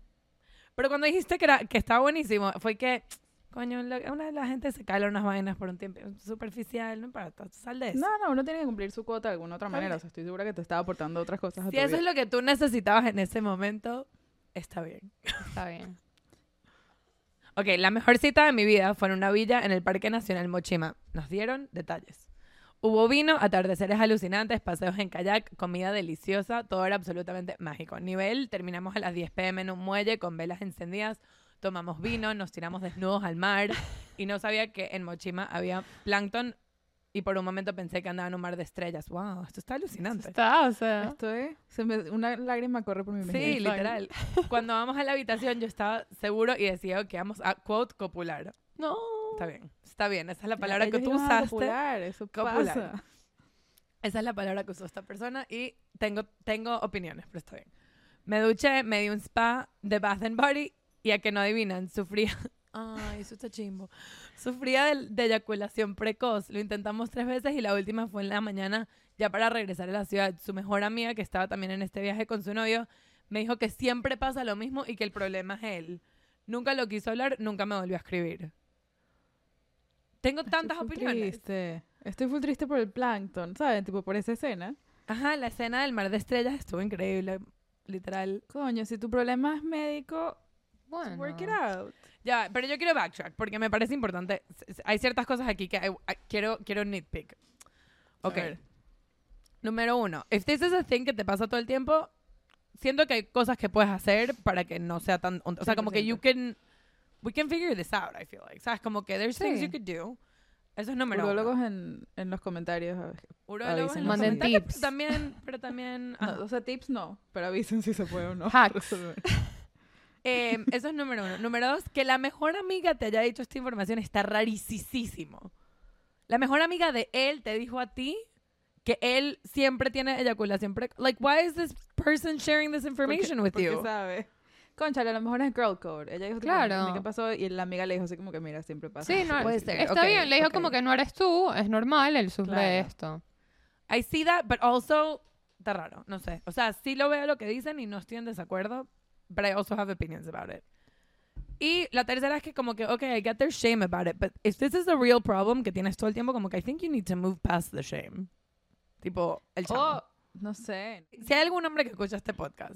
Pero cuando dijiste que, era, que estaba buenísimo, fue que, coño, lo- una de la gente se cala unas vainas por un tiempo superficial, no importa, sal de eso. No, no, uno tiene que cumplir su cuota de alguna otra Está manera. bien. O sea, estoy segura que te estaba aportando otras cosas a si tu eso vida. es lo que tú necesitabas en ese momento, está bien. Está bien. Ok, la mejor cita de mi vida fue en una villa en el Parque Nacional Mochima. Nos dieron detalles. Hubo vino, atardeceres alucinantes, paseos en kayak, comida deliciosa, todo era absolutamente mágico. Nivel, terminamos a las 10 pm en un muelle con velas encendidas, tomamos vino, nos tiramos desnudos al mar y no sabía que en Mochima había plancton y por un momento pensé que andaba en un mar de estrellas. ¡Wow! Esto está alucinante. Está, o sea, Esto es... se me- una lágrima corre por mi mejilla. Sí, literal. Cuando vamos a la habitación yo estaba seguro y decía que vamos a quote copular. no. Está bien, está bien. Esa es la palabra que Ellos tú iban a usaste. copular, eso Copular. pasa. Esa es la palabra que usó esta persona y tengo, tengo opiniones, pero está bien. Me duché, me di un spa de Bath and Body y a que no adivinan, sufría. Ay, eso está chimbo. Sufría de, de eyaculación precoz. Lo intentamos tres veces y la última fue en la mañana, ya para regresar a la ciudad. Su mejor amiga, que estaba también en este viaje con su novio, me dijo que siempre pasa lo mismo y que el problema es él. Nunca lo quiso hablar, nunca me volvió a escribir. Tengo Estoy tantas full opiniones. Triste. Estoy full triste por el plancton, ¿saben? Tipo, por esa escena. Ajá, la escena del mar de estrellas estuvo increíble, literal. Coño, si tu problema es médico, Bueno. work it out. Ya, va, pero yo quiero backtrack porque me parece importante. S- s- Hay ciertas cosas aquí que I- I- quiero, quiero nitpick. A Ok. ver. Número uno, if this is a thing que te pasa todo el tiempo, siento que hay cosas que puedes hacer para que no sea tan... O sea, como que you can... We can figure this out, I feel like. ¿Sabes? Como que there's things Sí. you could do. Eso es número Urologos uno. en, en los comentarios. a ver. Urólogos. en los Avísenos. Manden comentarios, tips. Pero también... Pero también ah, No, ajá. o sea, tips no, pero avisen si se puede o no. Hacks. resolver. Eh, eso es número uno. Número dos, que la mejor amiga te haya dicho esta información está rarísimo. La mejor amiga de él te dijo a ti que él siempre tiene eyaculación precoz. Like, why is this person sharing this Porque- information with porque you? sabe. conchale, a lo mejor es girl code. Ella dijo, tipo, Claro. ¿qué pasó? Y la amiga le dijo así como que, mira, siempre pasa. Pues, Sí, no, Puede ser, está ok, bien. Le dijo como ok. que no eres tú, es normal, él sufre de Claro. esto. I see that, but also está raro, no sé. O sea, sí lo veo lo que dicen y no estoy en desacuerdo, but I also have opinions about it. Y la tercera es que como que, okay, I get their shame about it, but if this is a real problem que tienes todo el tiempo, como que I think you need to move past the shame. Tipo, el chamo. Oh, no sé. Si hay algún hombre que escucha este podcast,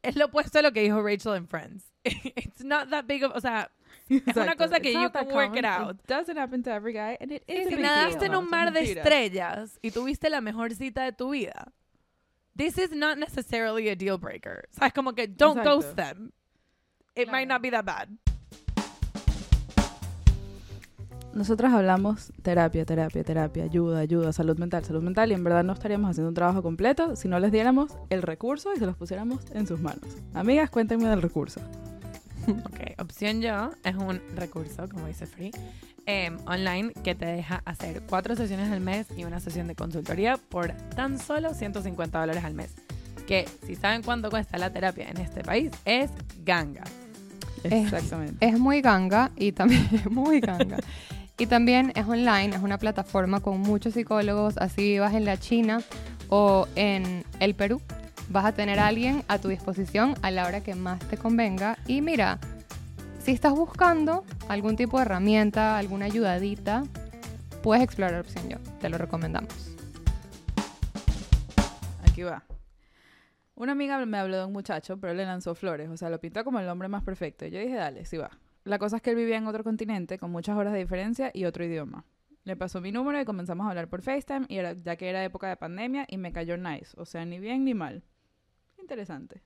es lo opuesto a lo que dijo Rachel en Friends. It's not that big of, o sea, Es una cosa que you can work it out. It doesn't happen to every guy and it is a Si big nadaste en deal. un mar de Mentira. estrellas y tuviste la mejor cita de tu vida, this is not necessarily a deal breaker. O sea, es como que don't Exacto. ghost them. It might Claro. not be that bad. Nosotras hablamos terapia, terapia, terapia, ayuda, ayuda, salud mental, salud mental, y en verdad no estaríamos haciendo un trabajo completo si no les diéramos el recurso y se los pusiéramos en sus manos. Amigas, cuéntenme del recurso. Ok, opción yo es un recurso, como dice Free, em, online que te deja hacer cuatro sesiones al mes y una sesión de consultoría por tan solo 150 dólares al mes. Que si saben cuánto cuesta la terapia en este país, es ganga. Exactamente. Es muy ganga y también es muy ganga. Y también es online, es una plataforma con muchos psicólogos, así vivas en la China o en el Perú. Vas a tener a alguien a tu disposición a la hora que más te convenga. Y mira, si estás buscando algún tipo de herramienta, alguna ayudadita, puedes explorar Opción Yo. Te lo recomendamos. Aquí va. Una amiga me habló de un muchacho, pero le lanzó flores, o sea, lo pintó como el hombre más perfecto. Y yo dije, dale, sí va. La cosa es que él vivía en otro continente, con muchas horas de diferencia y otro idioma. Le pasó mi número y comenzamos a hablar por FaceTime, y era, ya que era época de pandemia, y me cayó nice, o sea, ni bien ni mal. Interesante.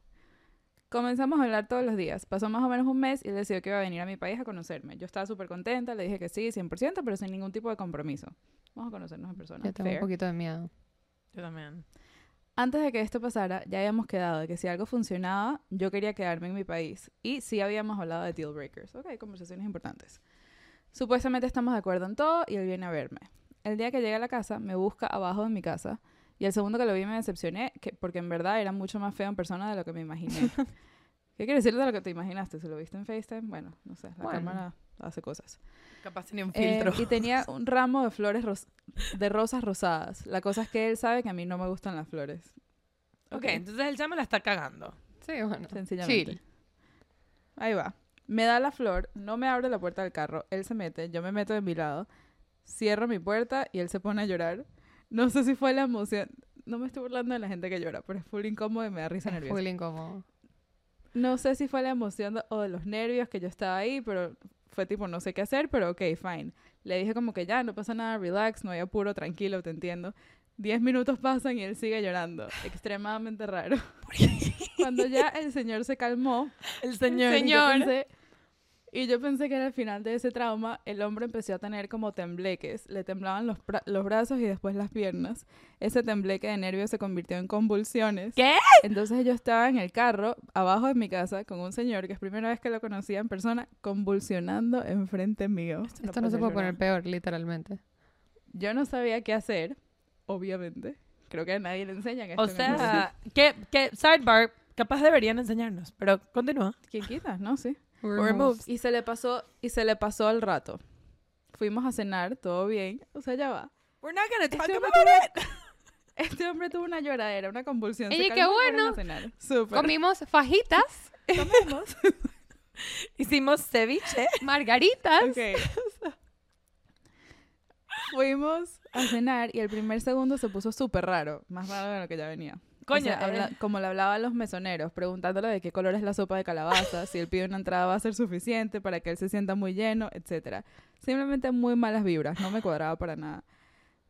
Comenzamos a hablar todos los días. Pasó más o menos un mes y él decidió que iba a venir a mi país a conocerme. Yo estaba súper contenta, le dije que sí, 100%, pero sin ningún tipo de compromiso. Vamos a conocernos en persona. Yo tengo Ah, Fair. un poquito de miedo. Yo también. Antes de que esto pasara, ya habíamos quedado de que si algo funcionaba, yo quería quedarme en mi país. Y sí habíamos hablado de deal breakers. Ok, conversaciones importantes. Supuestamente estamos de acuerdo en todo y él viene a verme. El día que llegué a la casa, me busca abajo de mi casa. Y el segundo que lo vi me decepcioné, que, porque en verdad era mucho más feo en persona de lo que me imaginé. ¿Qué quiere decir de lo que te imaginaste? ¿Se lo viste en FaceTime? Bueno, no sé, la Bueno. cámara hace cosas. Capaz tenía un Eh, filtro. y tenía un ramo de flores ros- de rosas rosadas. La cosa es que él sabe que a mí no me gustan las flores. ok, entonces el chamo la está cagando. Sí, bueno. Sencillamente. Chill. Ahí va. Me da la flor, no me abre la puerta del carro, él se mete, yo me meto de mi lado, cierro mi puerta y él se pone a llorar. No sé si fue la emoción. No me estoy burlando de la gente que llora, pero es full incómodo y me da risa nerviosa. Full incómodo. No sé si fue la emoción de- o de los nervios que yo estaba ahí, pero fue tipo, no sé qué hacer, pero ok, fine. Le dije como que ya, no pasa nada, relax, no hay apuro, tranquilo, te entiendo. Diez minutos pasan y él sigue llorando. Extremadamente raro. Cuando ya el señor se calmó, El señor. y yo Señor. pensé- y yo pensé que al final de ese trauma, el hombre empezó a tener como tembleques. Le temblaban los, bra- los brazos y después las piernas. Ese tembleque de nervios se convirtió en convulsiones. ¿Qué? Entonces yo estaba en el carro, abajo de mi casa, con un señor que es primera vez que lo conocía en persona, convulsionando enfrente mío. Esto no se puede poner peor, literalmente. Yo no sabía qué hacer, obviamente. Creo que a nadie le enseñan esto. O en el colegio. sea, que, que, sidebar, capaz deberían enseñarnos, pero continúa. ¿quién quita? No, sí. Or moves. Y se le pasó, y se le pasó al rato. Fuimos a cenar, todo bien. O sea, ya va. We're not gonna talk Este hombre, about tuvo, este hombre tuvo una lloradera, una convulsión. se Oye, qué calmó, fueron bueno. a cenar. Súper. Comimos fajitas, Comimos. Hicimos ceviche. margaritas. Ok. Fuimos a cenar y el primer segundo se puso súper raro, más raro de lo que ya venía. O Coño, sea, habla- eh. como le hablaba a los mesoneros, preguntándole de qué color es la sopa de calabaza, si él pide una entrada va a ser suficiente para que él se sienta muy lleno, etcétera. Simplemente muy malas vibras, no me cuadraba para nada.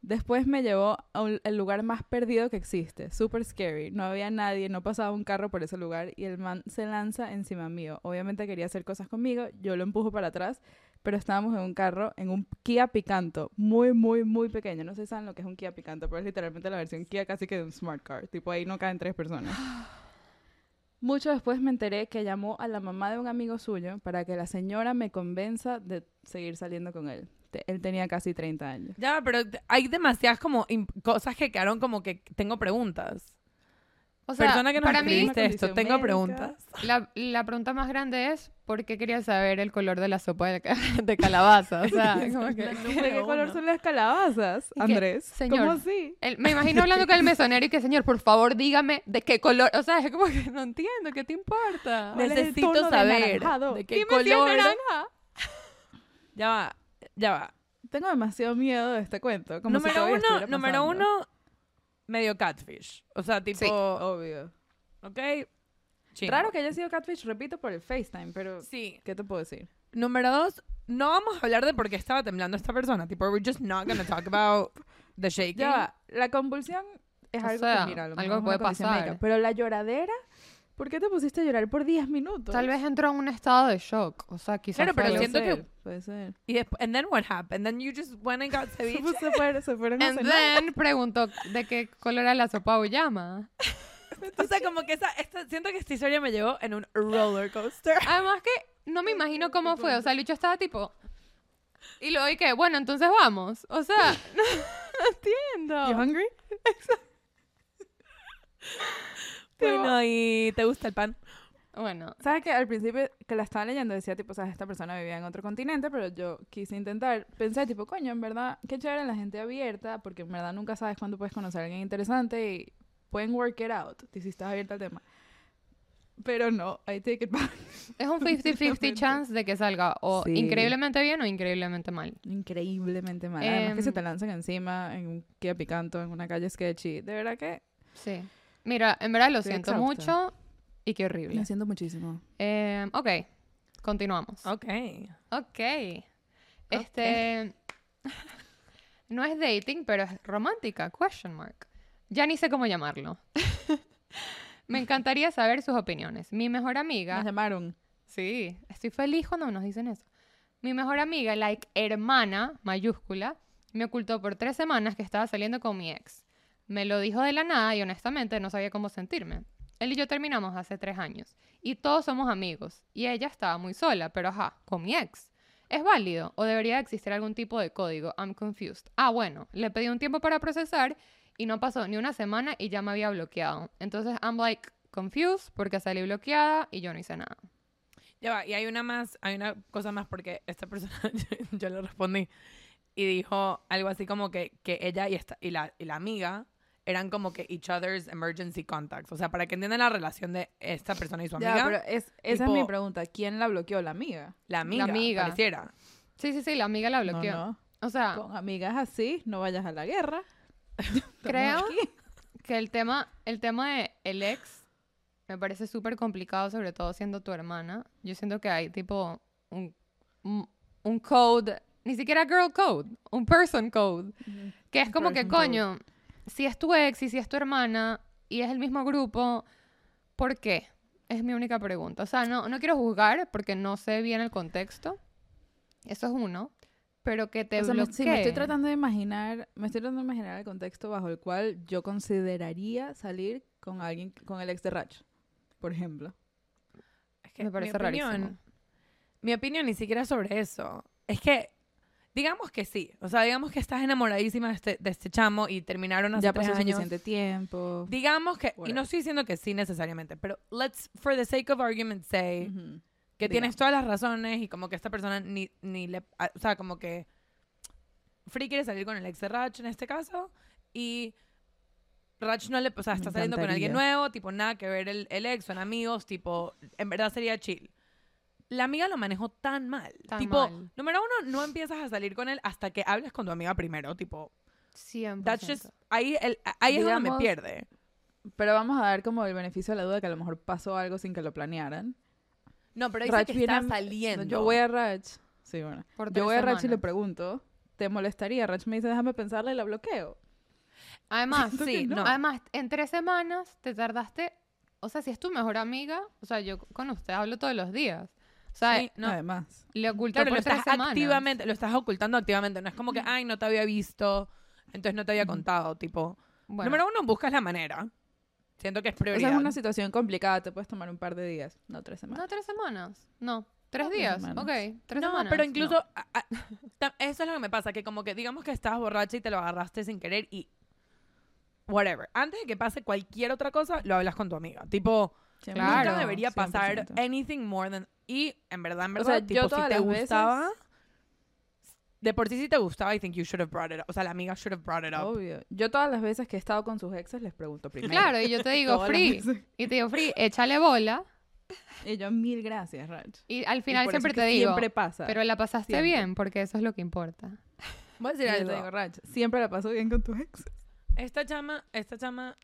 Después me llevó al lugar más perdido que existe, super scary. No había nadie, no pasaba un carro por ese lugar y el man se lanza encima mío. Obviamente quería hacer cosas conmigo, yo lo empujo para atrás, pero estábamos en un carro, en un Kia Picanto, muy, muy, muy pequeño. No sé si saben lo que es un Kia Picanto, pero es literalmente la versión Kia casi que de un smart car. Tipo, ahí no caen tres personas. Mucho después me enteré que llamó a la mamá de un amigo suyo para que la señora me convenza de seguir saliendo con él. Te- él tenía casi 30 años. Ya, pero hay demasiadas como im- cosas que quedaron como que tengo preguntas. O sea, Persona que nos para mí, escribiste esto, Una tengo condición médica. preguntas. la, la pregunta más grande es: ¿por qué quería saber el color de la sopa de, ca- de calabaza? O sea, como que. ¿De qué color son las calabazas, ¿Y qué? Andrés? Señor. ¿Cómo así? El- me imagino hablando con el mesonero y que, señor, por favor, dígame de qué color. O sea, es como que no entiendo, ¿qué te importa? ¿Cuál es el Necesito tono de saber anaranjado? de qué Dime si es color. naranja. Ya va, ya va. Tengo demasiado miedo de este cuento. Como si número todavía uno, estuviera número pasando. uno, medio catfish. O sea, tipo, Sí. Oh, Obvio. ok. chimbo. Raro que haya sido Catfish, repito, por el FaceTime, pero Sí. ¿qué te puedo decir? Número dos, no vamos a hablar de por qué estaba temblando esta persona. Tipo, we're just not gonna talk about the shaking. Ya va, la convulsión es O algo sea, que mira, a lo mejor algo que es una puede condición pasar. médica, pero la lloradera, ¿por qué te pusiste a llorar por 10 minutos? Tal vez entró en un estado de shock. O sea, quizás. Claro, pero fue- Puede siento que- ser, Puede ser. Y después, and then what happened? Then you just went and got Se, ceviche. se fueron, se fueron a And cenar. then preguntó de qué color era la sopa uyama. o sea, como que esa, esta- siento que esta historia me llevó en un roller coaster. Además que no me imagino cómo fue. O sea, Lucho estaba tipo. Y luego y que, bueno, entonces vamos. O sea, no, no You entiendo. hungry? Bueno, ¿y te gusta el pan? Bueno, ¿Sabes que al principio que la estaba leyendo decía, tipo, sabes, esta persona vivía en otro continente, pero yo quise intentar. Pensé, tipo, coño, en verdad, qué chévere la gente abierta, porque en verdad nunca sabes cuándo puedes conocer a alguien interesante y pueden work it out, si estás abierta al tema. Pero no, I take it back. es un 50-50 chance de que salga o Sí. increíblemente bien o increíblemente mal. Increíblemente mal. Además que Em, se te lanzan encima en un Kia Picanto, en una calle sketchy. De verdad que Sí. Mira, en verdad lo Estoy siento exhausta. mucho y qué horrible. lo siento muchísimo. Eh, ok, continuamos. Ok. Ok. Este. No es dating, pero es romántica, question mark. Ya ni sé cómo llamarlo. Me encantaría saber sus opiniones. Mi mejor Nos amiga. llamaron. Sí, estoy feliz cuando nos dicen eso. Mi mejor amiga, like hermana, mayúscula, me ocultó por tres semanas que estaba saliendo con mi ex. Me lo dijo de la nada y honestamente no sabía cómo sentirme. Él y yo terminamos hace tres años y todos somos amigos y ella estaba muy sola, pero ajá, con mi ex. ¿Es válido o debería existir algún tipo de código? I'm confused. Ah, bueno, le pedí un tiempo para procesar y no pasó ni una semana y ya me había bloqueado. Entonces, I'm like confused porque salí bloqueada y yo no hice nada. Ya va, y hay una más, hay una cosa más porque esta persona, yo, yo le respondí y dijo algo así como que, que ella y, esta, y, la, y la amiga eran como que each other's emergency contacts. O sea, para que entiendan la relación de esta persona y su amiga, Ya, pero es- esa es mi tipo- pregunta. ¿Quién la bloqueó? ¿La amiga? la amiga, amiga. pareciera. Sí, sí, sí, la amiga la No, bloqueó. Ah. no. O sea, Con amigas así, no vayas a la guerra. Estamos Creo. aquí. que el tema, el tema de el ex me parece súper complicado, sobre todo siendo tu hermana. Yo siento que hay tipo un, un, un code, ni siquiera girl code, un person code, que es Un como que person code. coño, si es tu ex y si es tu hermana y es el mismo grupo, ¿por qué? Es mi única pregunta. O sea, no, no quiero juzgar porque no sé bien el contexto. Eso es uno. Pero que te O sea, me- sí, me estoy bloqueen. tratando de imaginar, me estoy tratando de imaginar el contexto bajo el cual yo consideraría salir con alguien, con el ex de Rach, por ejemplo. Es que Me mi parece opinión- rarísimo. Mi opinión ni siquiera es sobre eso. Es que, digamos que sí. O sea, digamos que estás enamoradísima de este, de este chamo y terminaron hace ya tres pasó años. suficiente tiempo. Digamos que, y Whatever. no estoy diciendo que sí necesariamente, pero let's, for the sake of argument, say Ujú. que Digamos. tienes todas las razones y como que esta persona ni, ni le... a- O sea, como que Free quiere salir con el ex de Rach en este caso y Rach no le... O sea, Me está saliendo con alguien encantaría. nuevo, tipo, nada que ver el, el ex, son amigos, tipo, en verdad sería chill. La amiga lo manejó tan mal. Tan tipo, mal. número uno, no empiezas a salir con él hasta que hables con tu amiga primero, tipo, 100%. that's just... Ahí, el- ahí es donde me Digamos- pierde. Pero vamos a dar como el beneficio de la duda que a lo mejor pasó algo sin que lo planearan. No, pero dice Rach que viene está a- saliendo. Yo voy a Rach. Sí, bueno. Por tres Yo voy a Rach y le semanas. pregunto, ¿te molestaría? Rach me dice, déjame pensarla y la bloqueo. Además, Siento que sí, no. no. además, en tres semanas te tardaste, o sea, si es tu mejor amiga, o sea, yo con usted hablo todos los días. O sea, Sí, no. Además. le ocultó Claro, por lo tres estás semanas. activamente, lo estás ocultando activamente. No es como que, ay, no te había visto, entonces no te había contado. Tipo, Bueno, número uno, buscas la manera. Siento que es O prioridad. sea, es una situación complicada, te puedes tomar un par de días, no tres semanas. no tres semanas, no, tres No, tres días, semanas. ok, tres no, semanas. pero incluso a- a- ta- eso es lo que me pasa, que como que digamos que estabas borracha y te lo agarraste sin querer y whatever. Antes de que pase cualquier otra cosa, lo hablas con tu amiga. Tipo, Claro, nunca debería pasar 100%. anything more than... Y en verdad, en O verdad, sea, tipo, yo todas si te las veces- gustaba... De por sí, si te gustaba, I think you should have brought it up. O sea, la amiga should have brought it up. Obvio. Yo todas las veces que he estado con sus exes les pregunto primero. Claro, y yo te digo, Todas las Free, veces. y te digo, Free, échale bola. Y yo, mil gracias, Rach. Y al Y final por eso siempre es que te digo, Siempre pasa. pero la pasaste siempre. bien, porque eso es lo que importa. Voy a Y decir yo te algo. digo, Rach, siempre la paso bien con tus exes. Esta chama, esta chama,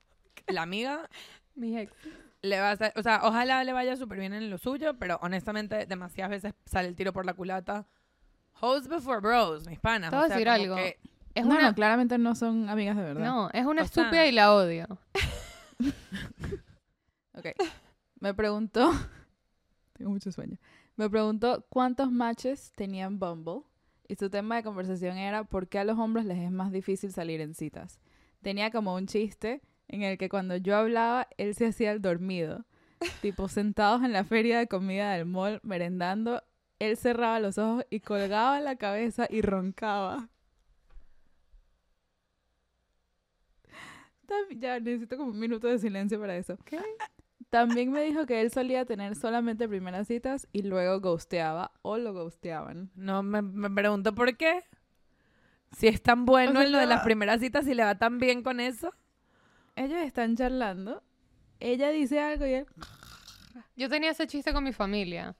la amiga, Mi ex. le va a hacer, o sea, ojalá le vaya súper bien en lo suyo, pero honestamente demasiadas veces sale el tiro por la culata. Hoes before bros, mis panas. Te voy a o sea, decir como algo. que- Es no, una, no, claramente no son amigas de verdad. no, es una O sea- estúpida y la odio. Ok. Me preguntó. Tengo mucho sueño. Me preguntó cuántos matches tenían Bumble. Y su tema de conversación era por qué a los hombres les es más difícil salir en citas. Tenía como un chiste en el que cuando yo hablaba, él se hacía el dormido. Tipo, sentados en la feria de comida del mall, merendando, él cerraba los ojos y colgaba la cabeza y roncaba. Tam- Ya, necesito como un minuto de silencio para eso. ¿Qué? También me dijo que él solía tener solamente primeras citas y luego ghosteaba o lo ghosteaban. no me, me pregunto por qué. Si es tan bueno O sea, en lo de no. las primeras citas, si le va tan bien con eso. Ellos están charlando. Ella dice algo y él. Yo tenía ese chiste con mi familia.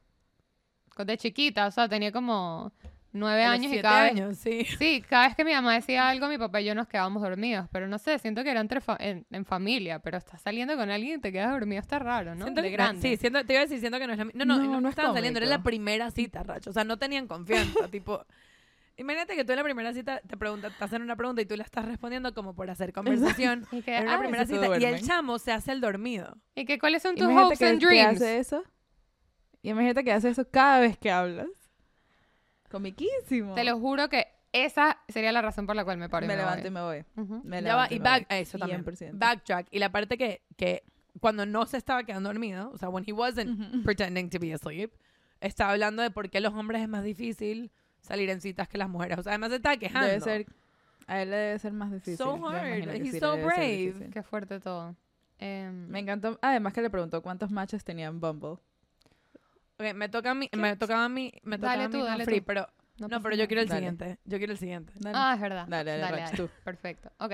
Con- De chiquita, o sea, tenía como nueve A los años y siete cada vez... años, sí. Sí, cada vez que mi mamá decía algo, mi papá y yo nos quedábamos dormidos. Pero no sé, siento que era entre fa- en, en familia, pero estás saliendo con alguien y te quedas dormido, está raro, ¿no? Siento De que- grande. Sí, siento, te iba a decir, siento que no es la mi- No, no, No, y no, no es estaban saliendo, era la cómico. primera cita, Racho. O sea, no tenían confianza. tipo, imagínate que tú en la primera cita te, pregunta, te hacen una pregunta y tú la estás respondiendo como por hacer conversación. Y que, en una "Ah, primera se cita. Y el duermen. chamo se hace el dormido. ¿Y que cuáles son tus imagínate hopes que, and que dreams? hace eso. Y imagínate que hace eso cada vez que hablas. Comiquísimo. Te lo juro que esa sería la razón por la cual me paro. y me me voy. levanto y me voy. Ujú. Me Ya va, levanto y me back, voy. eso también. 100%. Backtrack. Y la parte que, que cuando no se estaba quedando dormido, o sea, when he wasn't Ujú. pretending to be asleep, estaba hablando de por qué a los hombres es más difícil salir en citas que las mujeres. O sea, además se estaba quejando. Debe ser. A él le debe ser más difícil. yo So me hard. imagino que He's sí le so debe ser brave. difícil. Qué fuerte todo. Em, Me encantó. Además que le preguntó cuántos matches tenían Bumble. Ok, me toca a mí, me tocaba a mí, me tocaba Dale a mí tú, con dale Free, tú. pero no, pasa pero yo nada. quiero el Dale. siguiente. Yo quiero el siguiente. Dale. Ah, es verdad. Dale, dale, Rach, tú. Perfecto. Ok.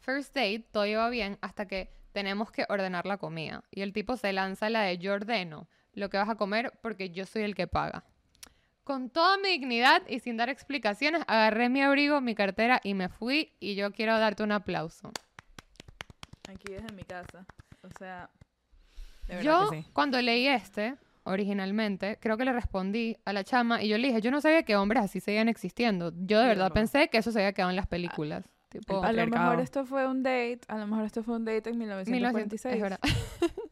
First date, todo iba bien hasta que tenemos que ordenar la comida. Y el tipo se lanza la de yo ordeno lo que vas a comer porque yo soy el que paga. Con toda mi dignidad y sin dar explicaciones, agarré mi abrigo, mi cartera y me fui. Y yo quiero darte un aplauso. Aquí desde mi casa. O sea, De verdad Yo, que sí. cuando leí este, originalmente, creo que le respondí a la chama y yo le dije, yo no sabía que hombres así seguían existiendo. Yo de Yo verdad tampoco. Ah, pensé que eso se había quedado en las películas. tipo, a lo patriarcado. mejor esto fue un date, a lo mejor esto fue un date en 1946. 1946. Es verdad.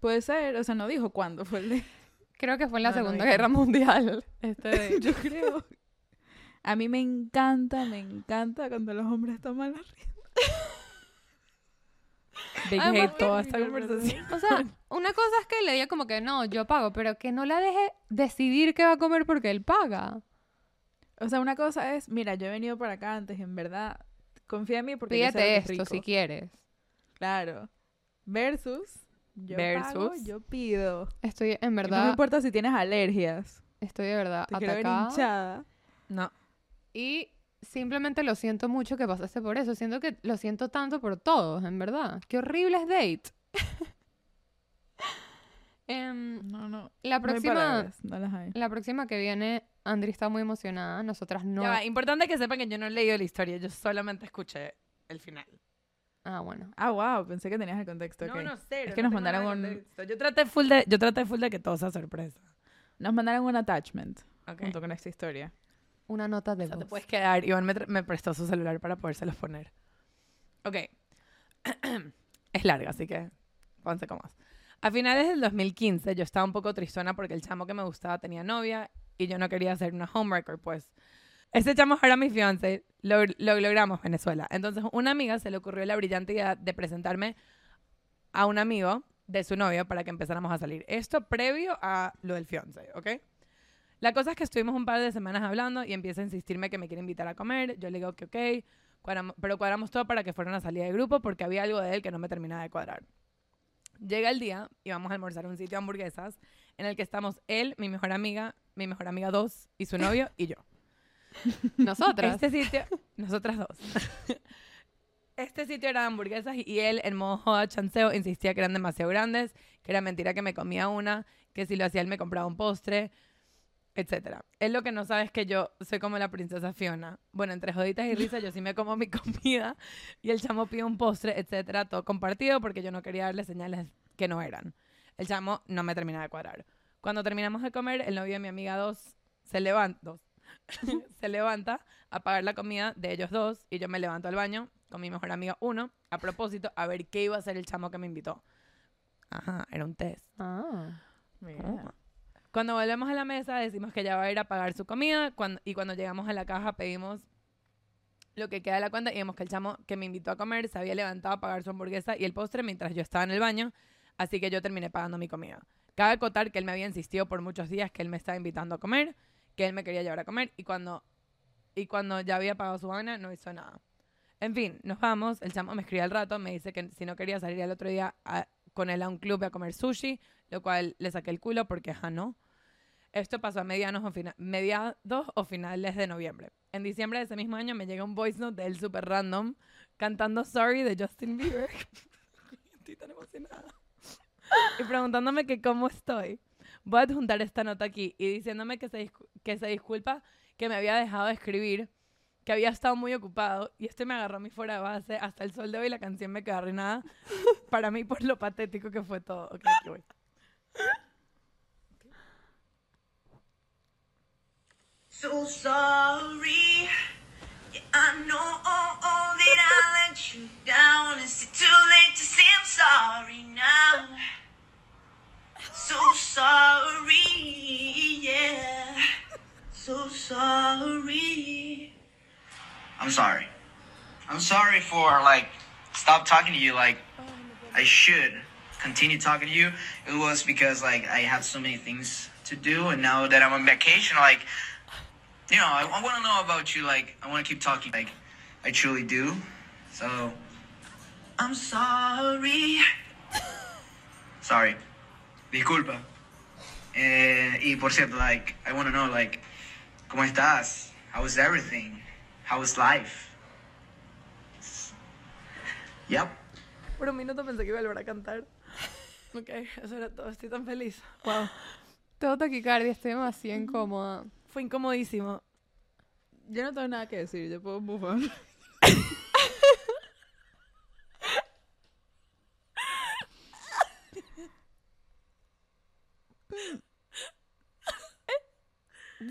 Puede ser, o sea, no dijo cuándo fue el date. Creo que fue en la No, no Segunda dije. Guerra Mundial. Este de- Yo creo. A mí me encanta, me encanta cuando los hombres toman la rienda. Big Además hate que- toda esta conversación. O sea, una cosa es que le diga como que no, yo pago, pero que no la deje decidir qué va a comer porque él paga. O sea, una cosa es, mira, yo he venido para acá antes, en verdad, confía en mí porque yo sé lo Pídete que esto es si rico. quieres. Claro. Versus, yo pago, Versus. yo pido. Estoy en Y No me verdad, importa si tienes alergias. estoy de verdad Te quiero ver atacada. hinchada. No. Y simplemente lo siento mucho que pasaste por eso. Siento que lo siento tanto por todos, en verdad. Qué horrible es date. Em, No, no. la No hay próxima, palabras, no las hay. la próxima que viene, Andri está muy emocionada. Nosotras no. Ya va, importante que sepan que yo no he leído la historia, yo solamente escuché el final. Ah, bueno. Ah, wow, pensé que tenías el contexto. ok. No, no, cero. Es que no nos tengo nada mandaron de un- contexto. Yo traté full de, yo traté full de que todo sea sorpresa. Nos mandaron un attachment Ok. junto con esta historia. Una nota de O sea, te voz. puedes quedar. Iván me, tra- me prestó su celular para podérselos poner. Ok. es larga, así que pónganse cómodos. A finales del 2015 yo estaba un poco tristona porque el chamo que me gustaba tenía novia y yo no quería hacer una homewrecker, pues. Ese chamo era mi fiancé, lo, lo logramos Venezuela. Entonces una amiga se le ocurrió la brillante idea de presentarme a un amigo de su novio para que empezáramos a salir. Esto previo a lo del fiancé, ¿ok? La cosa es que estuvimos un par de semanas hablando y empieza a insistirme que me quiere invitar a comer. Yo le digo que ok. Cuadramos- pero cuadramos todo para que fuera una salida de grupo porque había algo de él que no me terminaba de cuadrar. Llega el día y vamos a almorzar a un sitio de hamburguesas en el que estamos él, mi mejor amiga, mi mejor amiga dos y su novio y yo. Nosotras. Este sitio, nosotras dos. Este sitio era de hamburguesas y él, en modo joda, chanceo, insistía que eran demasiado grandes, que era mentira que me comía una, que si lo hacía él me compraba un postre, etcétera. Él lo que no sabe es que yo soy como la princesa Fiona. Bueno, entre joditas y risas yo sí me como mi comida y el chamo pide un postre, etcétera, todo compartido porque yo no quería darle señales que no eran. El chamo no me terminaba de cuadrar. Cuando terminamos de comer, el novio de mi amiga dos se levanta, se levanta a pagar la comida de ellos dos y yo me levanto al baño con mi mejor amiga uno a propósito a ver qué iba a hacer el chamo que me invitó. Ajá, era un test. Ah. Oh. Mira. Cuando volvemos a la mesa decimos que ya va a ir a pagar su comida cuan- y cuando llegamos a la caja pedimos lo que queda de la cuenta y vemos que el chamo que me invitó a comer se había levantado a pagar su hamburguesa y el postre mientras yo estaba en el baño, así que yo terminé pagando mi comida. Cabe acotar que él me había insistido por muchos días que él me estaba invitando a comer, que él me quería llevar a comer y cuando, y cuando ya había pagado su vaina no hizo nada. En fin, nos vamos, el chamo me escribe al rato, me dice que si no quería salir al otro día a- con él a un club a comer sushi, lo cual le saqué el culo porque ajá no. Esto pasó a medianos o fina- mediados o finales de noviembre. En diciembre de ese mismo año me llega un voice note de él super random cantando Sorry de Justin Bieber. estoy tan emocionada. Y preguntándome que cómo estoy. Voy a adjuntar esta nota aquí y diciéndome que se, discu- que se disculpa que me había dejado de escribir, que había estado muy ocupado y este me agarró a mí fuera de base hasta el sol de hoy la canción me quedó arruinada para mí por lo patético que fue todo. Ok, aquí voy. So sorry. Yeah, I know oh, oh, that I let you down. Is it too late to say I'm sorry now? So sorry, yeah. So sorry. I'm sorry. I'm sorry for like stop talking to you like I should continue talking to you. It was because like I have so many things to do and now that I'm on vacation like you know, I, I want to know about you like I want to keep talking like I truly do. So I'm sorry. sorry. Disculpa. Eh, y por cierto, like I want to know like ¿Cómo estás? How is everything? How is life? Yep. Por un minuto pensé que iba a volver a cantar. Ok, eso era todo. Estoy tan feliz. Wow. Todo taquicardia, estoy demasiado incómoda. Fue incomodísimo. Yo no tengo nada que decir, yo puedo move on.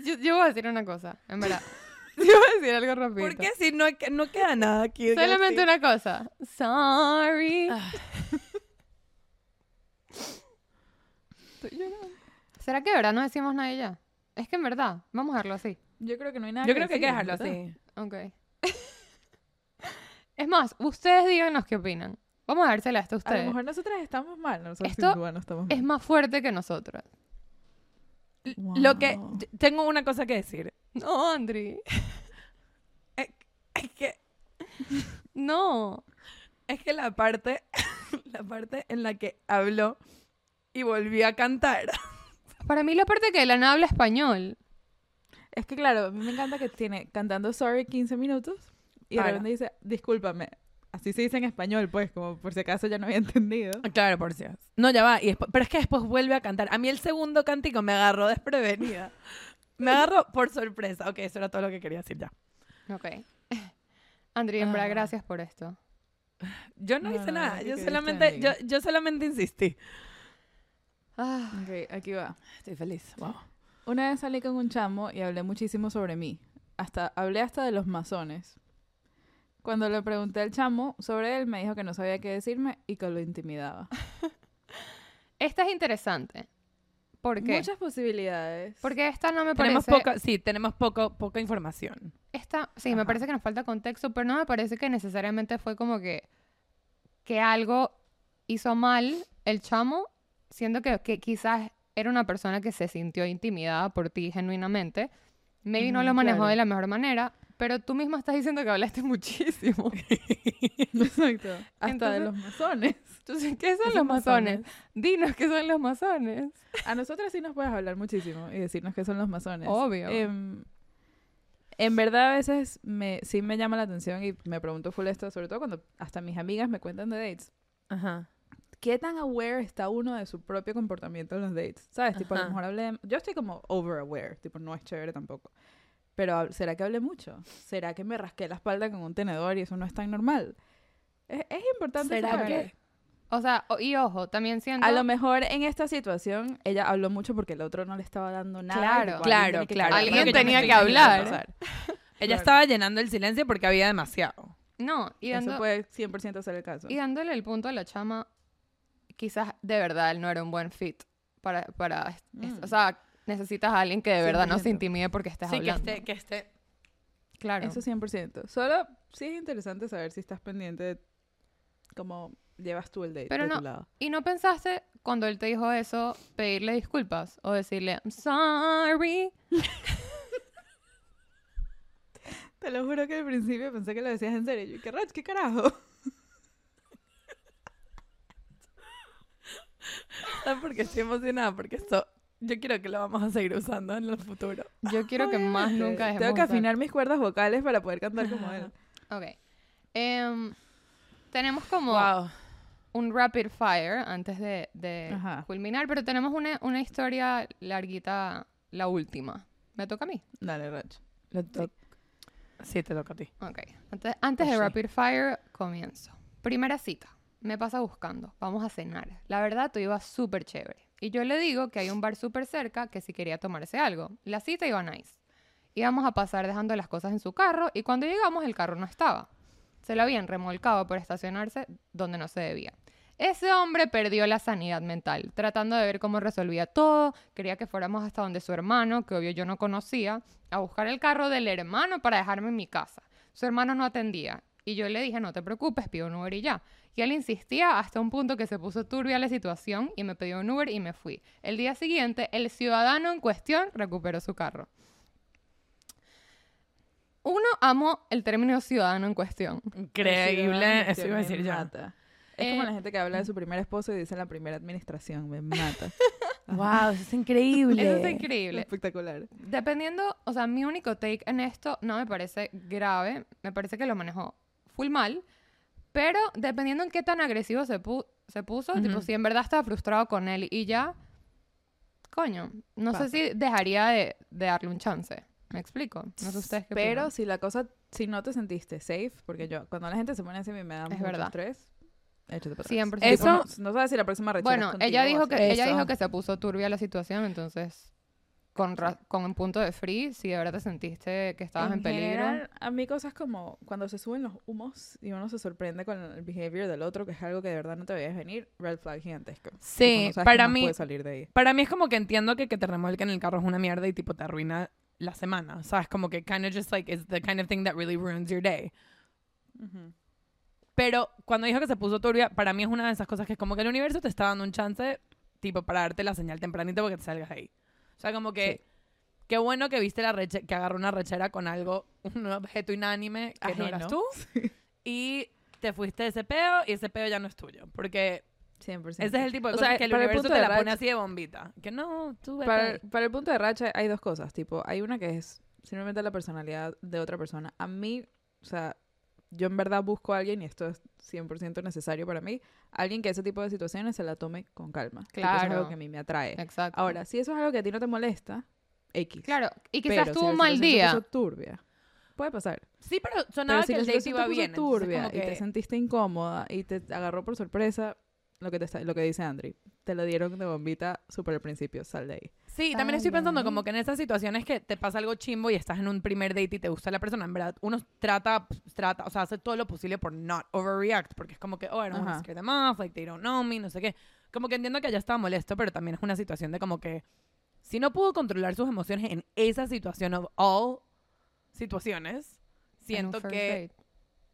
Yo, yo voy a decir una cosa, en verdad. Yo voy a decir algo rápido. ¿Por qué si no, que- no queda nada aquí? Solamente una cosa. Sorry. ¿Será que de verdad no decimos nada y ya? Es que en verdad, vamos a dejarlo así. Yo creo que no hay nada Yo creo que hay que decir, dejarlo ¿verdad? así. Ok. es más, ustedes díganos qué opinan. Vamos a dársela esto a A lo ustedes. mejor nosotras estamos mal, nosotros Esto sin duda no estamos Es mal. más fuerte que nosotros. Lo que... Wow. yo- Tengo una cosa que decir. No, Andri. Es, es que, No. es que la parte... la parte en la que habló y volvió a cantar. Para mí la parte que Elena habla español. Es que claro, a mí me encanta que tiene cantando Sorry 15 minutos y Para. de repente dice, discúlpame. Así se dice en español, pues, como por si acaso ya no había entendido. Ah, Claro, por si acaso. No, ya va. Y después- pero es que después vuelve a cantar. A mí el segundo cántico me agarró desprevenida. Me agarró por sorpresa. Ok, eso era todo lo que quería decir ya. Ok. Andri, en verdad, Ah. gracias por esto. Yo no, No, hice no, nada. no, Yo que solamente, yo, Cristian yo solamente insistí. Ah. Ok, aquí va. Estoy feliz. Wow. Una vez salí con un chamo y hablé muchísimo sobre mí. Hasta, hablé hasta de los masones. Cuando le pregunté al chamo sobre él, me dijo que no sabía qué decirme y que lo intimidaba. Esta es interesante. ¿Por qué? Muchas posibilidades. Porque esta no me Tenemos parece... poco, sí, tenemos poco, poca información. Esta, sí, me Ajá. parece que nos falta contexto, pero no me parece que necesariamente fue como que, que algo hizo mal el chamo, siendo que, que quizás era una persona que se sintió intimidada por ti genuinamente. Maybe no Ujú, lo manejó claro. de la mejor manera, Pero tú misma estás diciendo que hablaste muchísimo. Exacto. Hasta de Entonces- los masones. Entonces, ¿qué son Esos los masones? Dinos qué son los masones. A nosotras sí nos puedes hablar muchísimo y decirnos qué son los masones. Obvio. Em, en verdad a veces me, sí me llama la atención y me pregunto full esto, sobre todo cuando hasta mis amigas me cuentan de dates. Ajá. ¿Qué tan aware está uno de su propio comportamiento en los dates? ¿Sabes? Tipo, a lo Ajá. mejor hablé... Yo estoy como over aware, tipo, no es chévere tampoco. Pero hab- ¿será que hablé mucho? ¿Será que me rasqué la espalda con un tenedor y eso no es tan normal? Es, es importante ¿Será saber. que? O sea, o- y ojo, también siendo... A lo mejor en esta situación ella habló mucho porque el otro no le estaba dando nada. Claro. y tipo, Claro, tiene que claro. callar. Alguien Creo yo me tenía estoy que hablar. imaginando pasar. Ella estaba llenando el silencio porque había demasiado. No, y, dando- Eso puede 100% ser el caso. y dándole el punto a la chama, quizás de verdad él no era un buen fit para... para es- Mm. O sea, necesitas a alguien que de verdad no se 100%. intimide porque estás sí, que hablando. esté, que esté. Claro. Eso 100%. Solo sí es interesante saber si estás pendiente de cómo llevas tú el date Pero de no, tu lado. ¿Y no pensaste cuando él te dijo eso pedirle disculpas o decirle I'm sorry? Te lo juro que al principio pensé que lo decías en serio. Yo, ¿qué rach? ¿Qué carajo? ¿Sabes por qué estoy emocionada? Porque esto, yo quiero que lo vamos a seguir usando en el futuro. Yo quiero que más Obviamente. nunca dejemos Tengo que usar- afinar mis cuerdas vocales para poder cantar como él. Ok. Em, tenemos como Wow. un rapid fire antes de, de Ajá. culminar, pero tenemos una, una historia larguita, la última. ¿Me toca a mí? Dale, rach. Sí, te toca a ti. Ok. Antes, antes Pues de sí. rapid fire, comienzo. Primera cita. Me pasa buscando. Vamos a cenar. La verdad, todo iba súper chévere. Y yo le digo que hay un bar súper cerca que si quería tomarse algo. La cita iba nice. Íbamos a pasar dejando las cosas en su carro y cuando llegamos el carro no estaba. Se lo habían remolcado por estacionarse donde no se debía. Ese hombre perdió la sanidad mental, tratando de ver cómo resolvía todo. Quería que fuéramos hasta donde su hermano, que obvio yo no conocía, a buscar el carro del hermano para dejarme en mi casa. Su hermano no atendía. Y yo le dije, no te preocupes, pido un Uber y ya. Y él insistía hasta un punto que se puso turbia la situación y me pidió un Uber y me fui. El día siguiente, el ciudadano en cuestión recuperó su carro. Uno, amo el término ciudadano en cuestión. Increíble. Eso iba a decir me yo. mata. Es como Eh, la gente que habla de su primer esposo y dice la primera administración. Me mata. Wow, eso es increíble. Eso es increíble. Espectacular. Dependiendo, o sea, mi único take en esto no me parece grave, me parece que lo manejó full mal, pero dependiendo en qué tan agresivo se, pu- se puso, tipo, si en verdad estaba frustrado con él y ya, coño, no Pasa. sé si dejaría de, de darle un chance. ¿Me explico? No sé ustedes qué Pero opinan. si la cosa, si no te sentiste safe, porque yo, cuando la gente se pone así, a mí me da mucho verdad. estrés. Échate para atrás. 100%. Tipo, Eso- No, no sabes si la próxima rechera Bueno, es contigo ella o dijo, así. que, ella Eso. dijo que se puso turbia la situación, entonces, con, ra- con un punto de free, si de verdad te sentiste que estabas en, peligro. general, a mí cosas como cuando se suben los humos y uno se sorprende con el behavior del otro, que es algo que de verdad no te veías venir, red flag gigantesco. Tipo, Sí, no sabes qué para más mí, puede salir de ahí. para mí es como que entiendo que que te remolquen el carro es una mierda y tipo te arruina la semana. Sabes, como que kind of just like it's the kind of thing that really ruins your day. Pero cuando dijo que se puso turbia, para mí es una de esas cosas que es como que el universo te está dando un chance, tipo, para darte la señal tempranito porque te salgas ahí. O sea, como que, qué bueno que viste la reche- que agarró una rechera con algo, un objeto inánime que no eras Ajeno. tú. Y te fuiste de ese peo y ese peo ya no es tuyo. Porque 100%. ese es el tipo de O cosas sea, que el para el universo punto te de la pone racha- así de bombita. Que no, tú vete para, ahí. para el punto de racha hay dos cosas, tipo, hay una que es simplemente la personalidad de otra persona. A mí, o sea, yo en verdad busco a alguien, y esto es 100% necesario para mí, alguien que ese tipo de situaciones se la tome con calma. Tipo, eso es Claro. algo que a mí me atrae. Exacto. Ahora, si eso es algo que a ti no te molesta, X. Claro, y quizás Pero si tuvo la un mal situación se día. puso turbia. Puede pasar. Sí, pero sonaba Pero si que la el date situación te iba puso bien. entonces turbia como y te que- sentiste incómoda y te agarró por sorpresa, lo que, te está- lo que dice Andri, te lo dieron de bombita súper al principio, sal de ahí. Sí, también estoy pensando como que en esas situaciones que te pasa algo chimbo y estás en un primer date y te gusta la persona, en verdad, uno trata, trata, o sea, hace todo lo posible por not overreact, porque es como que, oh, I don't wanna Ajá. scare them off, like they don't know me, no sé qué. Como que entiendo que ella estaba molesto, pero también es una situación de como que si no pudo controlar sus emociones en esa situación of all situaciones, en un siento first que date.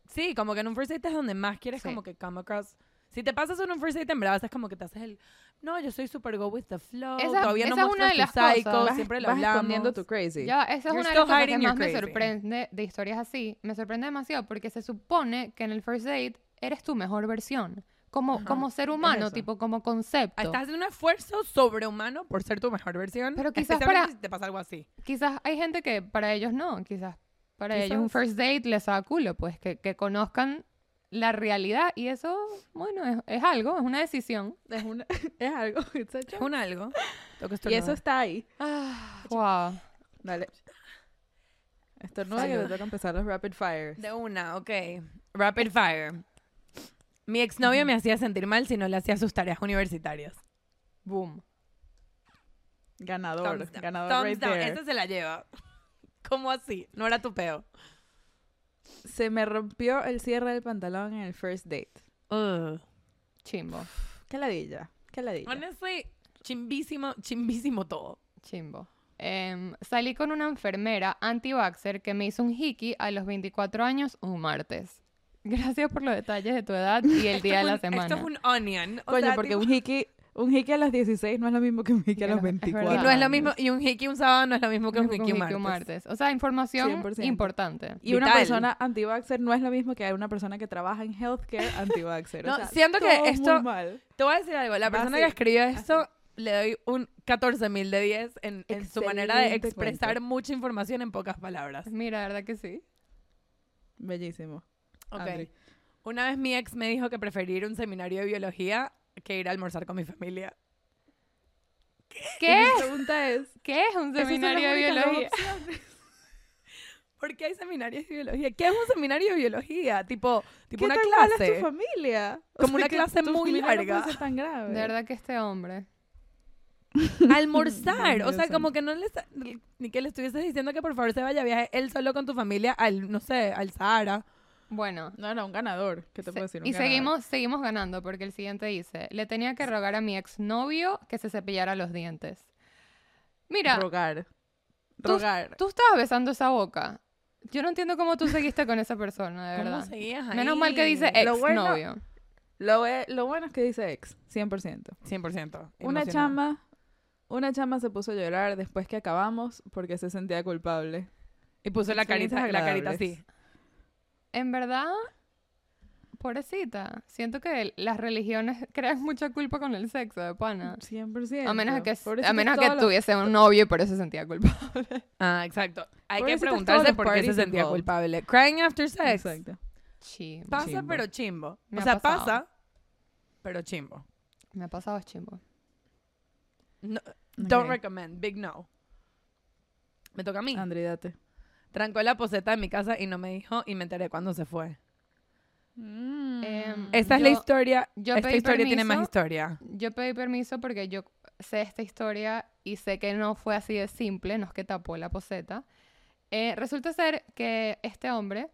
sí, como que en un first date es donde más quieres Sí. como que come across. Si te pasas en un first date en verdad, es como que te haces el. No, yo soy super go with the flow. Esa- todavía no esa es muestras una de tu las cosas. psycho, Vas- siempre lo Vas hablamos. escondiendo tu crazy. Ya, esa es You're una de still las cosas que hiding más your me crazy. sorprende de historias así. Me sorprende demasiado porque se supone que en el first date eres tu mejor versión. Como, como ser humano, eso. tipo, como concepto. Estás haciendo un esfuerzo sobrehumano por ser tu mejor versión. Pero quizás especialmente para- si te pasa algo así. Quizás hay gente que para ellos no, quizás para ellos un Quizás. first date les da culo, pues que, que conozcan la realidad y eso, bueno, es, es algo, es una decisión. Es, una- es algo. it's a Es joke. un algo. Tengo que Y eso estornudar. está ahí. Ah, Wow. Dale. Estornuda que Salud. te toca empezar los rapid fires. De una, ok. Rapid fire. Mi exnovio me hacía sentir mal si no le hacía sus tareas universitarias. Boom. Ganador. Thumbs down. ganador Thumbs right down. there. Esa se la lleva. ¿Cómo así? No era tu peo. Se me rompió el cierre del pantalón en el first date. Chimbo. ¿Qué ladilla? ¿Qué ladilla? Honestly, chimbísimo, chimbísimo todo. Chimbo. Em, salí con una enfermera anti-vaxxer que me hizo un hiki a los 24 años un martes. Gracias por los detalles de tu edad y el día de la Esto es un- semana. Esto es un onion. O Coño, sea, porque tipo- un hickey, un hickey a los 16 no es lo mismo que un hickey a Que los no- es verdad. 24. Y Y no es lo años. mismo, y un hickey un sábado no es lo mismo que un Con hickey un hiki martes. un martes. O sea, información 100%. importante. Y una Vital. persona anti-vaxxer no es lo mismo que una persona que trabaja en healthcare anti-vaxxer. O No, sea, siento que todo muy esto- mal. Te voy a decir algo, la Va persona así, que escribió esto le doy un 14.000 de 10 en, en su manera de Excelente expresar cuento. mucha información en pocas palabras. Pues Mira, ¿verdad que sí? Bellísimo. Ok. Andri. Una vez mi ex me dijo que preferir un seminario de biología que ir a almorzar con mi familia. ¿Qué? Mi pregunta es, ¿Qué es un Esas son las seminario de únicas dos biología? ¿Por qué hay seminarios de biología? ¿Qué es un seminario de biología? Tipo, tipo ¿qué una tan mala es clase. tu familia? O Como una que clase tu muy familia no puede larga. ser tan grave. De verdad que este hombre. almorzar. Dios o sea, santo. como que no le está- ni que le estuvieses diciendo que por favor se vaya a viaje él solo con tu familia al, no sé, al Sahara. Bueno. No, no, un ganador. ¿Qué te puedo decir? Un y ganador. seguimos, seguimos ganando porque el siguiente dice, le tenía que rogar a mi exnovio que se cepillara los dientes. Mira, Rogar. tú- Rogar. tú estabas besando esa boca. Yo no entiendo cómo tú seguiste con esa persona, de ¿Cómo verdad. seguías ahí? Menos mal que dice Lo bueno- exnovio. Lo, ve- lo bueno es que dice ex, 100%. 100%. Una emocionada. chama, una chama se puso a llorar después que acabamos porque se sentía culpable. Y puso la Son carita, la carita desagradables. así. En verdad, pobrecita, siento que las religiones crean mucha culpa con el sexo, de pana. 100%. A menos que, Pobrecitos a menos que todos los- tuviese un novio y por eso sentía culpable. Ah, exacto. Hay que Pobrecitos preguntarse todos los por qué se parties sentía involved. culpable. Crying after sex. Exacto. Chimbo. Pasa, Chimbo. pero chimbo. Me o ha sea, pasado. pasa, pero chimbo. Me ha pasado chimbo. No- Don't Ok. recommend. Big no. Me toca a mí. Ah. Andri, date. Trancó la poseta de mi casa y no me dijo y me enteré cuando se fue. Mm. Em, Esta es la yo- historia. yo esta pedí historia tiene más permiso. historia. Yo pedí permiso porque yo sé esta historia y sé que no fue así de simple, no es que tapó la poseta. Eh, resulta ser que este hombre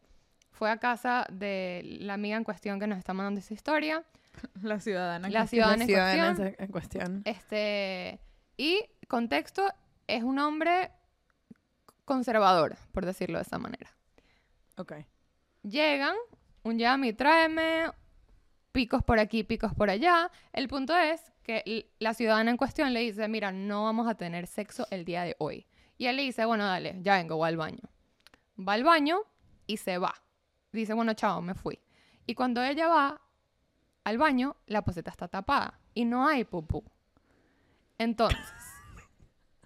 fue a casa de la amiga en cuestión que nos está mandando esta historia. La ciudadana. La que- ciudadana en Ciudadana cuestión. Eh, en cuestión. Este, y contexto, es un hombre conservador, por decirlo de esa manera. Ok. Llegan, un llame y tráeme, picos por aquí, picos por allá. El punto es que l- la ciudadana en cuestión le dice, mira, no vamos a tener sexo el día de hoy. Y él le dice, bueno, dale, ya vengo, voy al baño. Va al baño y se va. Dice, bueno, chao, me fui. Y cuando ella va al baño, la poseta está tapada y no hay pupú. Entonces,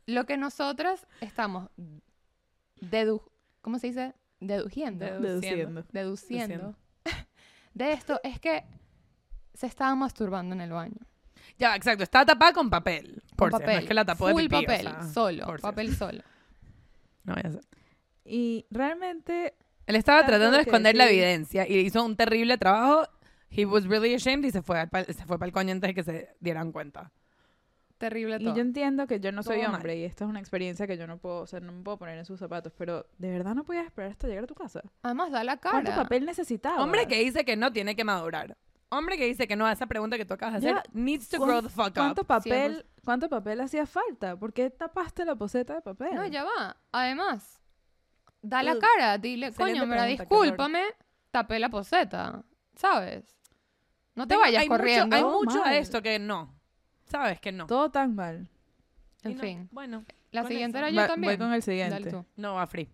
lo que nosotras estamos dedu... ¿Cómo se dice? Deduciendo Deduciendo. deduciendo Deduciendo. de esto es que se estaba masturbando en el baño. Ya, exacto. Estaba tapada con papel. Por Con si, no es que la tapó de full pipí, o papel, sea, solo, por si. papel solo. No, ya sé. Y realmente, Él estaba Tanto tratando de que esconder la sí. evidencia y hizo un terrible trabajo. He was really ashamed y se fue para se fue pa'l coño antes de que se dieran cuenta. Terrible y yo todo. entiendo que yo no soy Todo mal. hombre y esta es una experiencia que yo no puedo, o sea, no me puedo poner en sus zapatos, pero de verdad no podías esperar hasta llegar a tu casa. Además da la cara. ¿Cuánto papel necesitabas? Hombre que dice que no tiene que madurar. Hombre que dice que no a esa pregunta que tú acabas de Ya, hacer. Needs to ¿Cuán- grow the fuck ¿Cuánto up. papel, ¿Cuánto papel hacía falta? ¿Por qué tapaste la poseta de papel? No, ya va. Además, da la Ugh. cara, dile, Excelente coño, mira, pregunta, qué horror". discúlpame, tapé la poseta, ¿sabes? No te Tengo- vayas hay mucho- corriendo. No, hay mucho mal. de esto que no. Sabes que no. Todo tan mal. Y en no- fin. Bueno, La con siguiente eso. era Va- voy yo también. con el Dale siguiente. tú. no va free.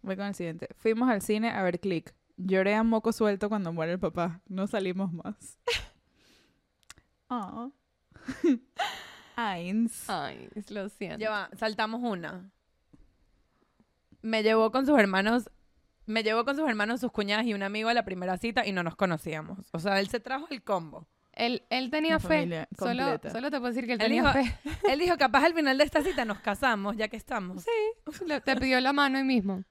Voy con el siguiente. Fuimos al cine a ver Click. Lloré a moco suelto cuando muere el papá. No salimos más. Ah. Aw. Eins. Ah. Ay, lo siento. Ya va, saltamos una. Me llevó con sus hermanos, me llevó con sus hermanos, sus cuñadas y un amigo a la primera cita y no nos conocíamos. O sea, él se trajo el combo. Él, él tenía La fe. familia Solo, completa. solo te puedo decir que él Él tenía dijo- fe. Él dijo, capaz al final de esta cita nos casamos, ya que estamos. Le- Te pidió la mano ahí mismo.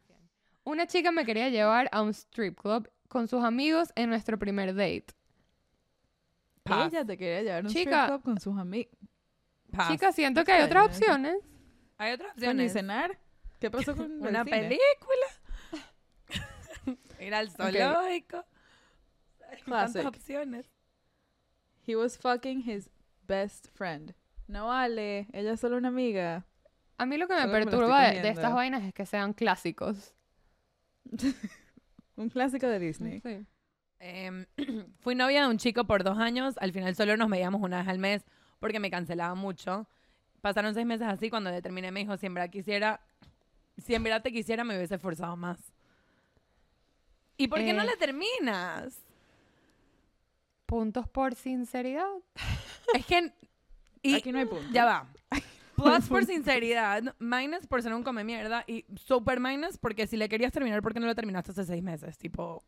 Una chica me quería llevar a un strip club con sus amigos en nuestro primer date. Paz, Ella te quería llevar a un Chica. strip club con sus amigos. paz. Chica, siento que hay otras Está bien. opciones. Hay otras ¿Y opciones. cenar? ¿Qué pasó con el Una cine? película. Ir al zoológico. Hay Classic. tantas opciones. He was fucking his best friend. No vale, ella es solo una amiga. A mí lo que me Solo que me lo estoy perturba de- de, comiendo. estas vainas es que sean clásicos. Un clásico de Disney. Sí. Em, fui novia de un chico por dos años. Al final solo nos veíamos una vez al mes porque me cancelaba mucho. Pasaron seis meses así. Cuando le terminé, me dijo: Si en verdad quisiera, si en verdad te quisiera, me hubiese esforzado más. ¿Y por qué no Eh. le terminas? Puntos por sinceridad. es que. Y Aquí no hay punto. ya va. Plus por sinceridad, minus por ser un come mierda y super minus porque si le querías terminar, ¿por qué no lo terminaste hace seis meses? Tipo,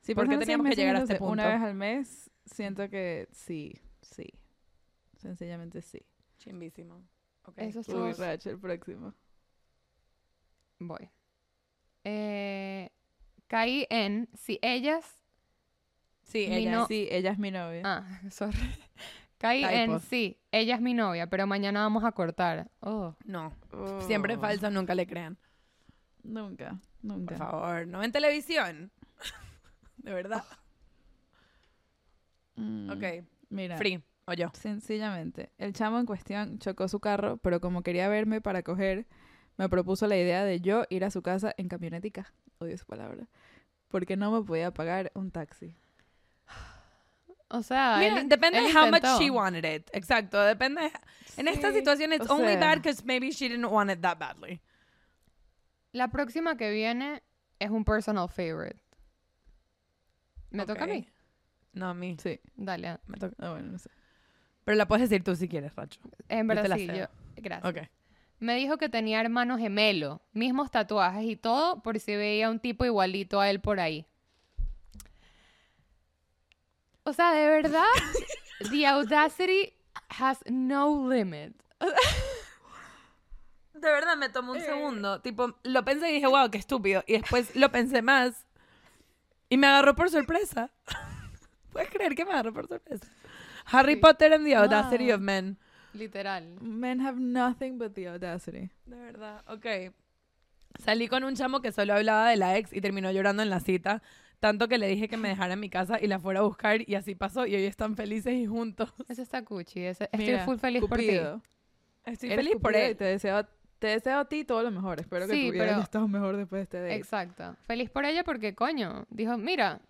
Sí, ¿Por qué pasaron seis teníamos que meses llegar a este viéndose Una punto? vez al mes, siento que sí, sí. Sencillamente sí. chimbísimo. Ok. Eso estuvo- Uy, Rach, el próximo. Voy. Eh, caí en si ellas Sí, Mi ella no- es- Sí, ella es mi novia. Ah, sorry. Caí en Typos. sí, ella es mi novia, pero mañana vamos a cortar. Oh. No, siempre Oh. falso, nunca le crean. Nunca, Ah. Por nunca. favor, no en televisión. De verdad. Mm, Ok, Mira, free, o yo. sencillamente, el chamo en cuestión chocó su carro, pero como quería verme para coger, me propuso la idea de yo ir a su casa en camionetica. Odio esa palabra. Porque no me podía pagar un taxi. O sea, Mira, Ah, él in- depende él de how much intentó. she wanted it. Exacto, depende. En esta Sí, situación it's o only sea. bad because maybe she didn't want it that badly. La próxima que viene es un personal favorite. Me toca a Ok. mí. No, a mí. Sí. Dale. a- Me toca. Ah, bueno, no sé. Pero la puedes decir tú si quieres, Racho. En verdad te la sí, cedo. yo. Gracias. Ok. Me dijo que tenía hermano gemelo, mismos tatuajes y todo, por si veía un tipo igualito a él por ahí. O sea, de verdad, the audacity has no limit. De verdad, me tomó un segundo. Tipo, lo pensé y dije, wow, qué estúpido. Y después lo pensé más. Y me agarró por sorpresa. ¿Puedes creer que me agarró por sorpresa? Harry Potter and the Audacity Wow. of Men. Literal. Men have nothing but the audacity. De verdad, ok. Salí con un chamo que solo hablaba de la ex y terminó llorando en la cita, tanto que le dije que me dejara en mi casa y la fuera a buscar y así pasó y hoy están felices y juntos. Eso está cuchi. ese- Estoy Mira, full feliz por ti. Cupido. Estoy Eres feliz por Cupido y él. Te deseo, te deseo a ti todo lo mejor. Espero que Sí, tu vida haya pero- estado mejor después de este date. Exacto. Feliz por ella porque, coño, dijo, mira,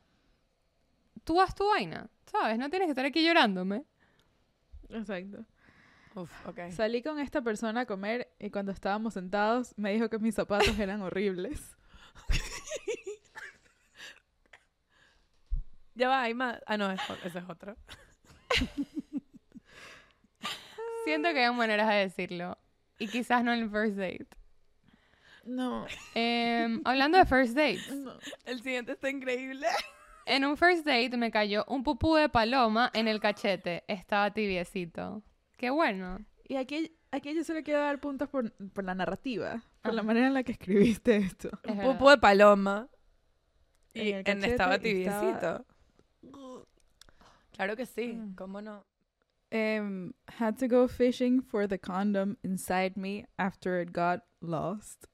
tú haz tu vaina, ¿sabes? No tienes que estar aquí llorándome. Exacto. Uf, ok. Salí con esta persona a comer y cuando estábamos sentados me dijo que mis zapatos eran horribles. Ya va, hay más. Ah, no, es o- ese es otro. Siento que hay maneras de decirlo. Y quizás no en el first date. No, Em, hablando de first dates. no. El siguiente está increíble. En un first date me cayó un pupú de paloma en el cachete. Estaba tibiecito. Qué bueno. Y aquí, aquí yo solo quiero dar puntos por, por la narrativa, por la manera en la que escribiste esto. Es Un verdad. pupo de paloma. En Y el en, cachete estaba y tibiecito. estaba- Claro que sí, Mm. ¿cómo no? Em, had to go fishing for the condom inside me after it got lost.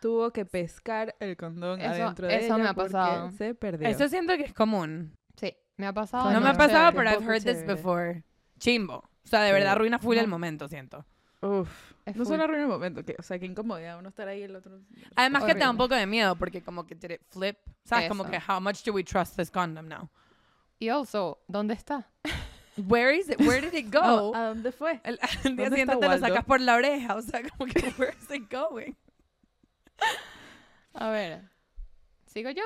Tuvo que pescar el condón Eso- adentro de eso ella me ha porque pasado. se perdió. Eso siento que es común. Sí, me ha pasado. Ay, no no, me ha pasado, chévere, pero un I've poco heard this chévere. before. Chimbo. O sea, de Sí. verdad arruina full el No. momento, siento. Uf, Es no full. solo arruina el momento, que, o sea, qué incomodidad uno estar ahí y el otro... Además que te da un Horrible. poco de miedo porque como que did it flip, sabes como Eso. que how much do we trust this condom now? Y also, ¿dónde está? Where is it? Where did it Oh, go? ¿A dónde fue? El, al día ¿Dónde siguiente está te lo Waldo? sacas por la oreja, o sea, como que where is it going? A ver, ¿sigo yo?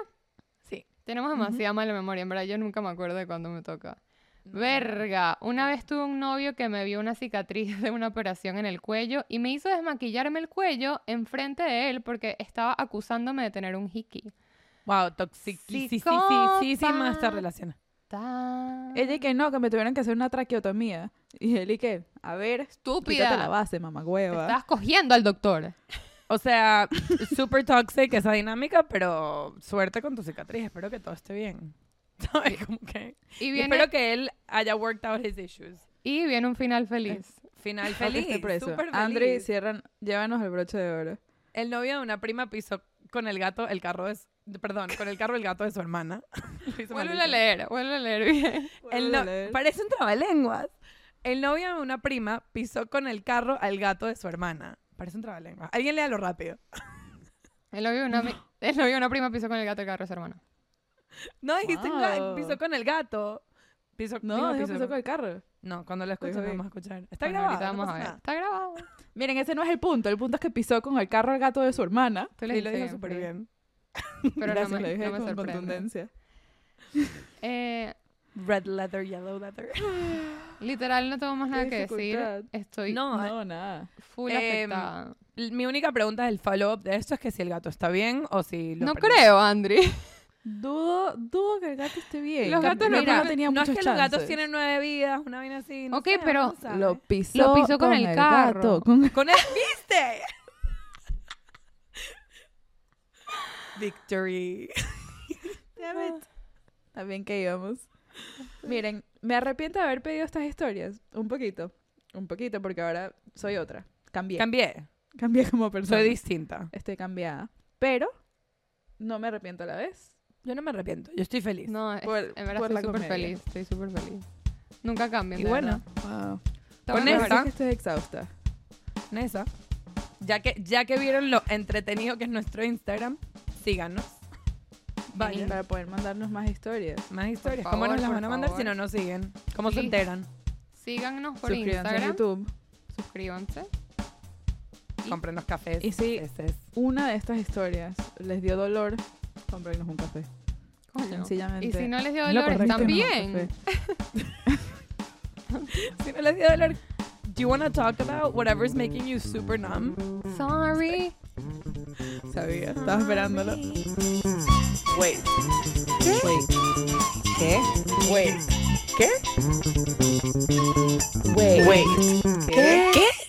Sí. Tenemos demasiada mala memoria, en verdad yo nunca me acuerdo de cuándo me toca. Verga, una vez tuve un novio que me vio una cicatriz de una operación en el cuello y me hizo desmaquillarme el cuello enfrente de él porque estaba acusándome de tener un hickey. Wow, toxicísima esta Psicópata. relación. Ta- Ella y que no, que me tuvieron que hacer una traqueotomía. Y él y que, a ver, Estúpida. quítate la base, Te mamagüeva. Estás cogiendo al doctor. O sea, super toxic esa dinámica, pero suerte con tu cicatriz. Espero que todo esté bien. ¿Sabes? Como que... Y Y viene, espero que él haya worked out his issues. y viene un final feliz. Final Creo que feliz, esté preso. súper feliz. Andri, cierran, llévanos el broche de oro. El novio de una prima pisó con el gato el carro de su- Perdón, con el carro el gato de su hermana. Lo hizo Vuelve a malísimo. leer, vuelve a leer bien. El Vuelve a no- leer. Parece un trabalenguas. El novio de una prima pisó con el carro al gato de su hermana. Parece un trabalenguas. Alguien léalo rápido. El novio de una, ami- el novio de una prima pisó con el gato el carro de su hermana. No dijiste un ga- Wow. pisó con el gato. Pisó, No, dijo dijo pisó que sacó el carro. No, cuando lo escuches Dijo lo bien. vamos a escuchar. Está Bueno, grabado. ahorita no vamos a pasa ver. nada. Está grabado. Miren, ese no es el punto. El punto es que pisó con el carro el gato de su hermana. Tú Sí, lo dijiste dijo súper Frida. bien. Pero Gracias, no me, lo dije no me con sorprende. contundencia. Eh, Red leather, yellow leather. literal, no tengo más nada Qué que decir. dificultad. Estoy No, No, nada. full em, afectada. L- Mi única pregunta es el follow-up de esto es que si el gato está bien o si lo No perdí. creo, Andri. Dudo, dudo que el gato esté bien. Los gatos no Mira, pueden- tenía No es que muchos los gatos chances. tienen nueve vidas, una vaina así. No Ok, sé, pero uno sabe. Lo pisó, Lo pisó con el carro. gato, con- Con el viste. Victory. También que íbamos. Miren, me arrepiento de haber pedido estas historias. Un poquito. Un poquito, porque ahora soy otra. Cambié. Cambié. cambié como persona. Soy distinta. Estoy cambiada. Pero no me arrepiento a la vez. Yo no me arrepiento. Yo estoy feliz. No, es- Por- en verdad por estoy la súper comedia. feliz. Estoy súper feliz. Nunca cambien. y de bueno, verdad. Wow. Estamos con mejor. esta- que estoy exhausta. con esa. Ya que, ya que vieron lo entretenido que es nuestro Instagram, síganos. Vayan. Para poder mandarnos más historias. Más historias. Por ¿Cómo favor, nos las por van a mandar si favor. no nos siguen? ¿Cómo se Sí. enteran? Síganos por Suscríbanse a Instagram. YouTube. Suscríbanse. Compren los cafés. Y si- Ese es. Una de estas historias les dio dolor, comprénos un café. Coño. Sencillamente. Y si no les dio Lo dolor, correcto. están bien. Si no les dio dolor, do you want to talk about whatever's making you super numb? Sorry. Ah. Sabía, estaba esperándolo. Wait. ¿Qué? Wait. ¿Qué? Wait. ¿Qué? Wait. Wait. ¿Qué? ¿Qué?